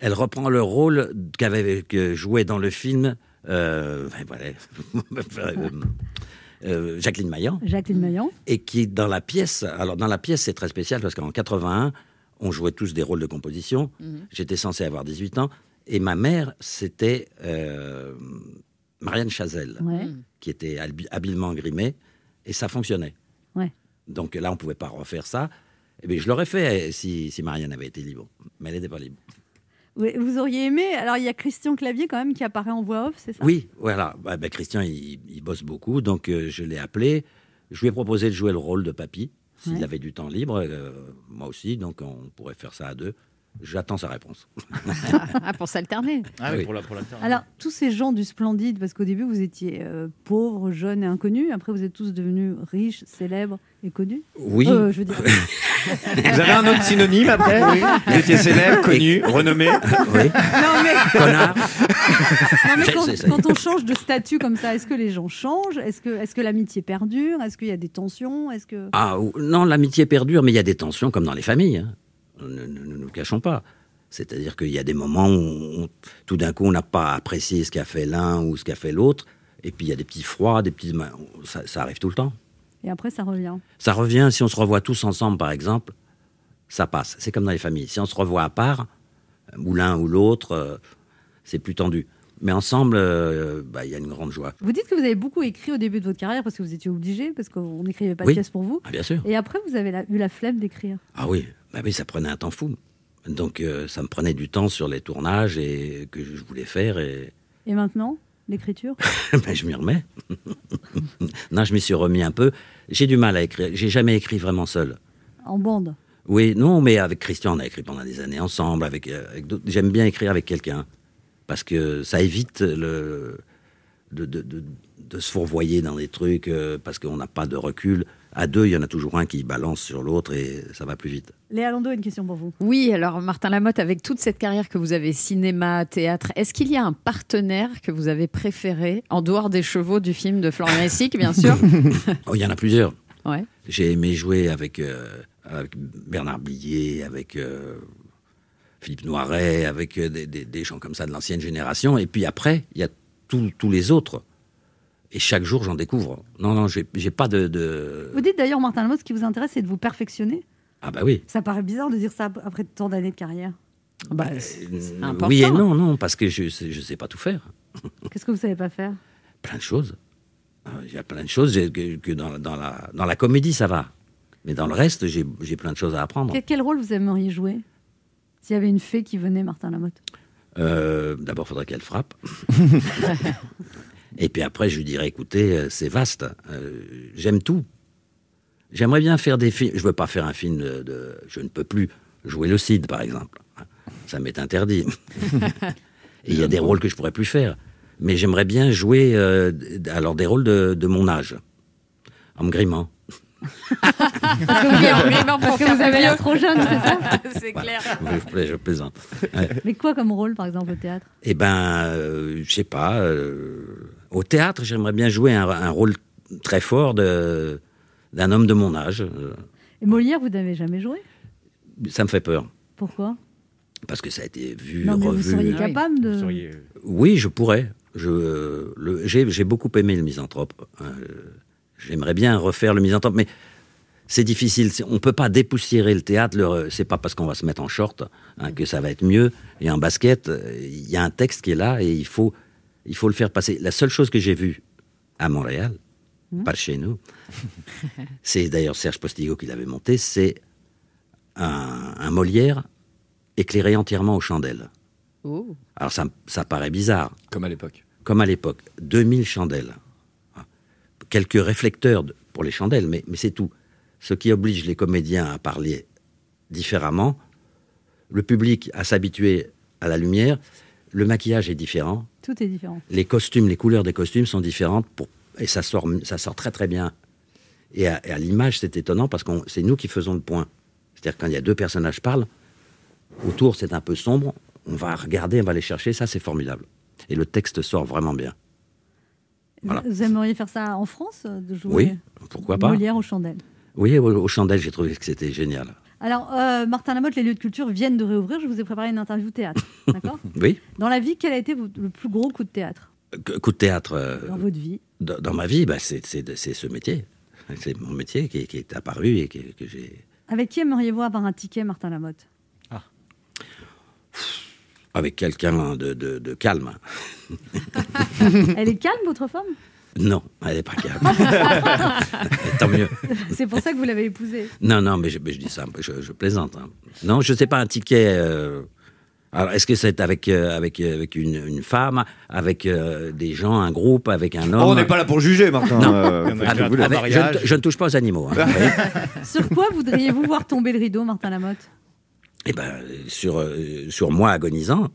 elle reprend le rôle qu'avait que joué dans le film. euh, ben, voilà, euh, euh, Jacqueline Maillan. Jacqueline Maillan. et qui dans la pièce, alors dans la pièce c'est très spécial parce qu'en 81, on jouait tous des rôles de composition. Mhm. J'étais censé avoir 18 ans et ma mère c'était euh, Marianne Chazelle Ouais. qui était habi- habilement grimée et ça fonctionnait. Ouais. Donc là on pouvait pas refaire ça. Eh bien, je l'aurais fait eh, si, si Marianne avait été libre, mais elle n'était pas libre. Oui, Vous auriez aimé. Alors, il y a Christian Clavier quand même qui apparaît en voix off, c'est ça Oui, (laughs) voilà. Bah, bah, Christian, il, il bosse beaucoup, donc euh, je l'ai appelé. Je lui ai proposé de jouer le rôle de papy, s'il Ouais. avait du temps libre, euh, moi aussi, donc on pourrait faire ça à deux. J'attends sa réponse. Ah, pour s'alterner. Ah oui, Oui. pour la, Alors, tous ces gens du Splendide, parce qu'au début, vous étiez euh, pauvres, jeunes et inconnus. Après, vous êtes tous devenus riches, célèbres et connus. Oui. Euh, je veux dire. (laughs) Vous avez un autre (laughs) synonyme (laughs) après Oui. Vous étiez célèbre, connu, renommé. Non, mais, Connard. non, mais C'est- quand, c'est- c'est- quand on change de statut comme ça, est-ce que les gens changent Est-ce que, est que l'amitié perdure Est-ce qu'il y a des tensions Est-ce que... Ah ou- non, l'amitié perdure, mais il y a des tensions comme dans les familles. hein. Ne ne- ne nous cachons pas. C'est-à-dire qu'il y a des moments où on- tout d'un coup on n'a pas apprécié ce qu'a fait l'un ou ce qu'a fait l'autre, et puis il y a des petits froids, des petits ma- ça- ça arrive tout le temps. Et après, ça revient. Ça revient, si on se revoit tous ensemble, par exemple, ça passe. C'est comme dans les familles. Si on se revoit à part, euh, ou l'un ou l'autre, euh, c'est plus tendu. Mais ensemble, euh, bah, il y a une grande joie. Vous dites que vous avez beaucoup écrit au début de votre carrière parce que vous étiez obligé, parce qu'on n'écrivait pas Oui. de pièces pour vous. Ah, bien sûr. Et après, vous avez la- eu la flemme d'écrire. Ah oui, bah oui, ça prenait un temps fou. Donc euh, ça me prenait du temps sur les tournages et que je voulais faire et (laughs) Et maintenant, l'écriture (laughs) bah, je m'y remets. (laughs) non, je m'y suis remis un peu. J'ai du mal à écrire. J'ai jamais écrit vraiment seul. en bande. Oui, non, mais avec Christian, on a écrit pendant des années ensemble. Avec, euh, avec d'autres. J'aime bien écrire avec quelqu'un parce que ça évite le, de, de- de- de se fourvoyer dans des trucs euh, parce qu'on n'a pas de recul. À deux, il y en a toujours un qui balance sur l'autre et ça va plus vite. Léa Landau, une question pour vous. Oui, alors Martin Lamotte, avec toute cette carrière que vous avez, cinéma, théâtre, est-ce qu'il y a un partenaire que vous avez préféré, en dehors des chevaux du film de Florian Essic, bien sûr Oh, il y en a plusieurs. Ouais. J'ai aimé jouer avec, euh, avec Bernard Blier, avec euh, Philippe Noiret, avec euh, des, des- des gens comme ça de l'ancienne génération. Et puis après, il y a tous- tous les autres. Et chaque jour, j'en découvre. Non, non, j'ai j'ai pas de, de- Vous dites d'ailleurs, Martin Lamotte, ce qui vous intéresse, c'est de vous perfectionner. Ah bah oui. Ça paraît bizarre de dire ça ap- après tant d'années de carrière. Euh, important. oui et non, non, parce que je sais- je sais pas tout faire. Qu'est-ce que vous savez pas faire Plein de choses. Euh, Il y a plein de choses j'ai- que, que dans, la- dans la, dans la comédie, ça va. Mais dans le reste, j'ai j'ai plein de choses à apprendre. Que- Quel rôle vous aimeriez jouer S'il y avait une fée qui venait, Martin Lamotte. Euh, D'abord, il faudrait qu'elle frappe. Et puis après, je lui dirais, écoutez, euh, c'est vaste. Euh, J'aime tout. J'aimerais bien faire des films. Je veux pas faire un film de, de- Je ne peux plus jouer le Cid, par exemple. Ça m'est interdit. Et il y a des rôles que je pourrais plus faire. Mais j'aimerais bien jouer euh, d- alors des rôles de, de mon âge, en me grimant. (laughs) Parce que vous avez l'air trop jeune, c'est ça (laughs) C'est clair. Je, pla- (laughs) je plaisante. Ouais. Mais quoi comme rôle, par exemple, au théâtre Eh ben, euh, je sais pas. euh, au théâtre, j'aimerais bien jouer un, un rôle très fort de d'un homme de mon âge. Euh, Et Molière, vous n'avez jamais joué Ça me fait peur Pourquoi parce que ça a été vu, Non, mais revu. hein. vous seriez capable de. euh, Oui, je pourrais. Je, euh, le- j'ai, j'ai beaucoup aimé le misanthrope. Euh, j'aimerais bien refaire le misanthrope, mais c'est difficile. C'est- On peut pas dépoussiérer le théâtre. Le, re- c'est pas parce qu'on va se mettre en short hein, que ça va être mieux. Et en basket, euh, il y a un texte qui est là et il faut, il faut le faire passer. La seule chose que j'ai vue à Montréal, Mhm. pas chez nous, c'est d'ailleurs Serge Postigo qui l'avait monté, c'est un- un Molière éclairé entièrement aux chandelles. Oh. Alors ça, ça paraît bizarre. Comme à l'époque. Comme à l'époque. 2000 chandelles. quelques réflecteurs de- pour les chandelles, mais, mais c'est tout. Ce qui oblige les comédiens à parler différemment, le public à s'habituer à la lumière, le maquillage est différent, Tout est différent. les costumes, les couleurs des costumes sont différentes pour, et ça sort, ça sort très très bien. Et à, et à l'image, c'est étonnant parce que c'est nous qui faisons le point. C'est-à-dire quand il y a deux personnages parlent, autour c'est un peu sombre, on va regarder, on va les chercher, ça c'est formidable. Et le texte sort vraiment bien. Voilà. Vous aimeriez faire ça en France, euh, de jouer Oui, pourquoi pas Molière aux chandelles. Oui, au, au chandelle, j'ai trouvé que c'était génial. Alors, euh, Martin Lamotte, les lieux de culture viennent de réouvrir. Je vous ai préparé une interview théâtre. D'accord (laughs) Oui, Dans la vie, quel a été votre- le plus gros coup de théâtre c- coup de théâtre. euh, dans votre vie Dans, dans ma vie, bah, c'est c'est- c'est ce métier. C'est mon métier qui, qui est apparu et que, que j'ai. Avec qui aimeriez-vous avoir un ticket, (laughs) Martin Lamotte avec quelqu'un de, de- de calme. Elle est calme, votre femme (laughs) Non, elle n'est pas calme. Tant mieux. C'est pour ça que vous l'avez épousée. Non, non, mais je, mais je dis ça, je, je plaisante. hein. Non, je ne sais pas, un ticket. euh, Alors, est-ce que c'est avec, euh, avec, euh, avec une, une femme, avec euh, des gens, un groupe, avec un homme Oh, on n'est pas là pour juger, Martin. Non. Ah, Euh, Avec- faites ce que vous voulez. avec- je, ne, je ne touche pas aux animaux. (laughs) hein. Sur quoi voudriez-vous voir tomber le rideau, Martin Lamotte Eh ben, sur, euh, sur moi agonisant,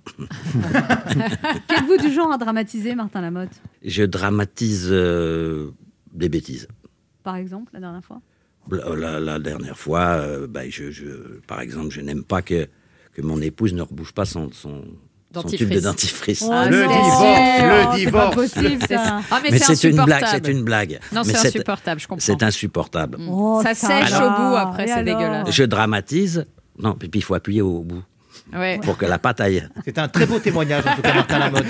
Qu'êtes-vous du genre à dramatiser, Martin Lamotte je dramatise euh, des bêtises. Par exemple, la dernière fois La, euh, la- la dernière fois, euh, ben, je, je- par exemple, je n'aime pas que, que mon épouse ne rebouche pas son, son, son tube de dentifrice. Oh, c'est sûr, c'est pas possible, ça. Ah, mais mais c'est c'est une blague, insupportable. c'est une blague. Non, Mais c'est c'est- insupportable, je comprends. C'est insupportable. Oh, Ah, ça, sèche va. au bout après, c'est dégueulasse. Je dramatise. Non, puis puis il faut appuyer au bout Ouais. pour que la pâte aille. C'est un très beau témoignage, en tout cas, Martin Lamotte.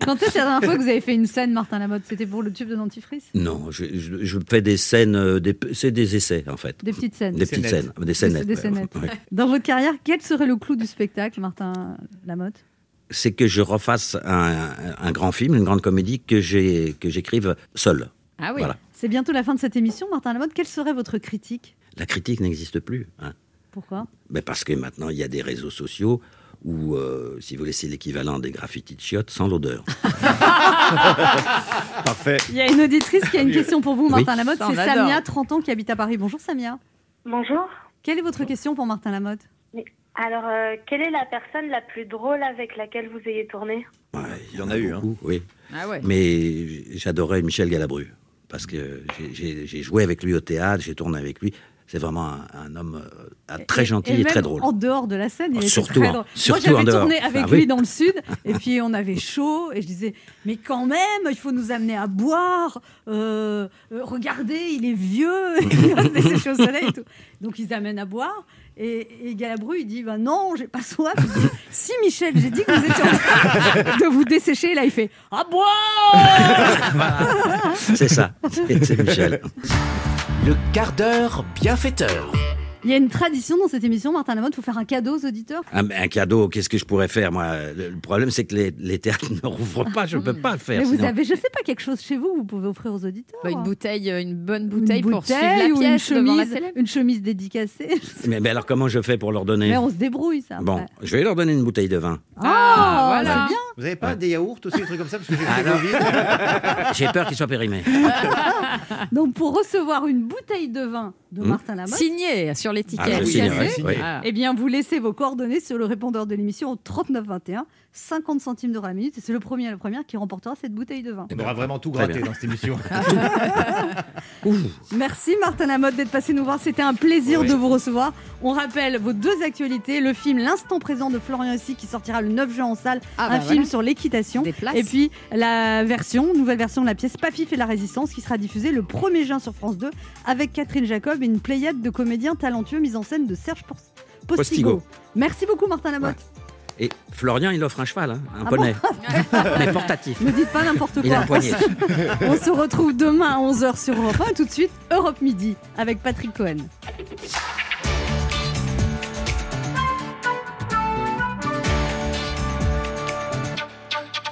Quand est-ce la dernière fois que vous avez fait une scène, Martin Lamotte C'était pour le tube de dentifrice Non, je, je- je fais des scènes, euh, des p- c'est des essais en fait. Des petites scènes. Des petites scènes, des scénettes. Des ouais. scénettes. Ouais. Dans votre carrière, quel serait le clou du spectacle, Martin Lamotte C'est que je refasse un, un grand film, une grande comédie que j'ai que j'écrive seul. Ah oui. Voilà. C'est bientôt la fin de cette émission, Martin Lamotte. Quelle serait votre critique La critique n'existe plus. hein. Pourquoi Mais parce que maintenant, il y a des réseaux sociaux où, euh, si vous laissez l'équivalent des graffitis de chiottes, sans (laughs) l'odeur. Parfait. Il y a une auditrice qui a une Oui. question pour vous, Oui. Martin Lamotte. Ça, C'est on adore. Samia, 30 ans, qui habite à Paris. Bonjour Samia. Bonjour. Quelle est votre question pour Martin Lamotte Mais alors, euh, quelle est la personne la plus drôle avec laquelle vous ayez tourné Il y en a, eu, hein. Oui. Ah ouais. Mais j- j'adorais Michel Galabru, parce que j'ai- j'ai j'ai joué avec lui au théâtre, j'ai tourné avec lui. C'est vraiment un, un homme euh, un très gentil et, même très drôle. En dehors de la scène, il Ah, était surtout, très hein. drôle. Surtout Moi, en j'avais dehors. tourné avec Ah oui. lui dans le sud, et puis on avait chaud, et je disais, mais quand même, il faut nous amener à boire. euh, euh, regardez, il est vieux, (laughs) il a des choses-là et tout. Donc ils amènent à boire. Et, et Galabru, il dit ben Non, j'ai pas soif. Je dis, si, Michel, j'ai dit que vous étiez en train de vous dessécher. Là, Ah, il fait Ah, À boire (laughs) C'est ça, c'est c'est Michel. Le quart d'heure bienfaiteur. Il y a une tradition dans cette émission, Martin Lamotte, il faut faire un cadeau aux auditeurs. Un, Ah, un cadeau, qu'est-ce que je pourrais faire, moi Le le problème, c'est que les, les théâtres (laughs) ne rouvrent pas, je ne peux pas le faire. Mais vous sinon. avez, je sais pas, quelque chose chez vous que vous pouvez offrir aux auditeurs. Bah, une bouteille, euh, une bonne Une bouteille, pour suivre la bouteille ou pièce une devant la chemise, télé. Une (laughs) chemise dédicacée. Mais, mais alors, comment je fais pour leur donner Mais on se hein, débrouille, ça. Bon, après. je vais leur donner une bouteille de vin. Ah, voilà. c'est bien. Vous n'avez pas des yaourts aussi, des trucs comme ça Parce que j'ai Ah fait non. le vide. J'ai peur qu'ils soient périmés. Donc, pour recevoir une bouteille de vin de Hmm. Martin Lamotte. Signée sur l'étiquette. Ah, je signerai, oui. Ah. Eh bien, vous laissez vos coordonnées sur le répondeur de l'émission au 3921, 50 centimes d'euros la minute. Et c'est le premier à la première qui remportera cette bouteille de vin. On aura vraiment tout Très gratté bien. dans cette (laughs) émission. Merci Martin Lamotte d'être passé nous voir. C'était un plaisir Oui. de vous recevoir. On rappelle vos deux actualités le film L'instant présent de Florian Hessy qui sortira le 9 juin en salle, Ah, un bah film voilà. sur l'équitation. places. Et puis la version, nouvelle version de la pièce Papif et la résistance qui sera diffusée le 1er juin sur France 2 avec Catherine Jacob et une pléiade de comédiens talentueux mise en scène de Serge Por- Postigo. Postigo. Merci beaucoup Martin Lamotte. Et Florian, il offre un cheval, hein, un Ah poney. bon (laughs) mais portatif. Ne dites pas n'importe quoi. Il a un (laughs) poignet. On se retrouve demain à 11h sur Europe 1. Tout de suite, Europe Midi avec Patrick Cohen.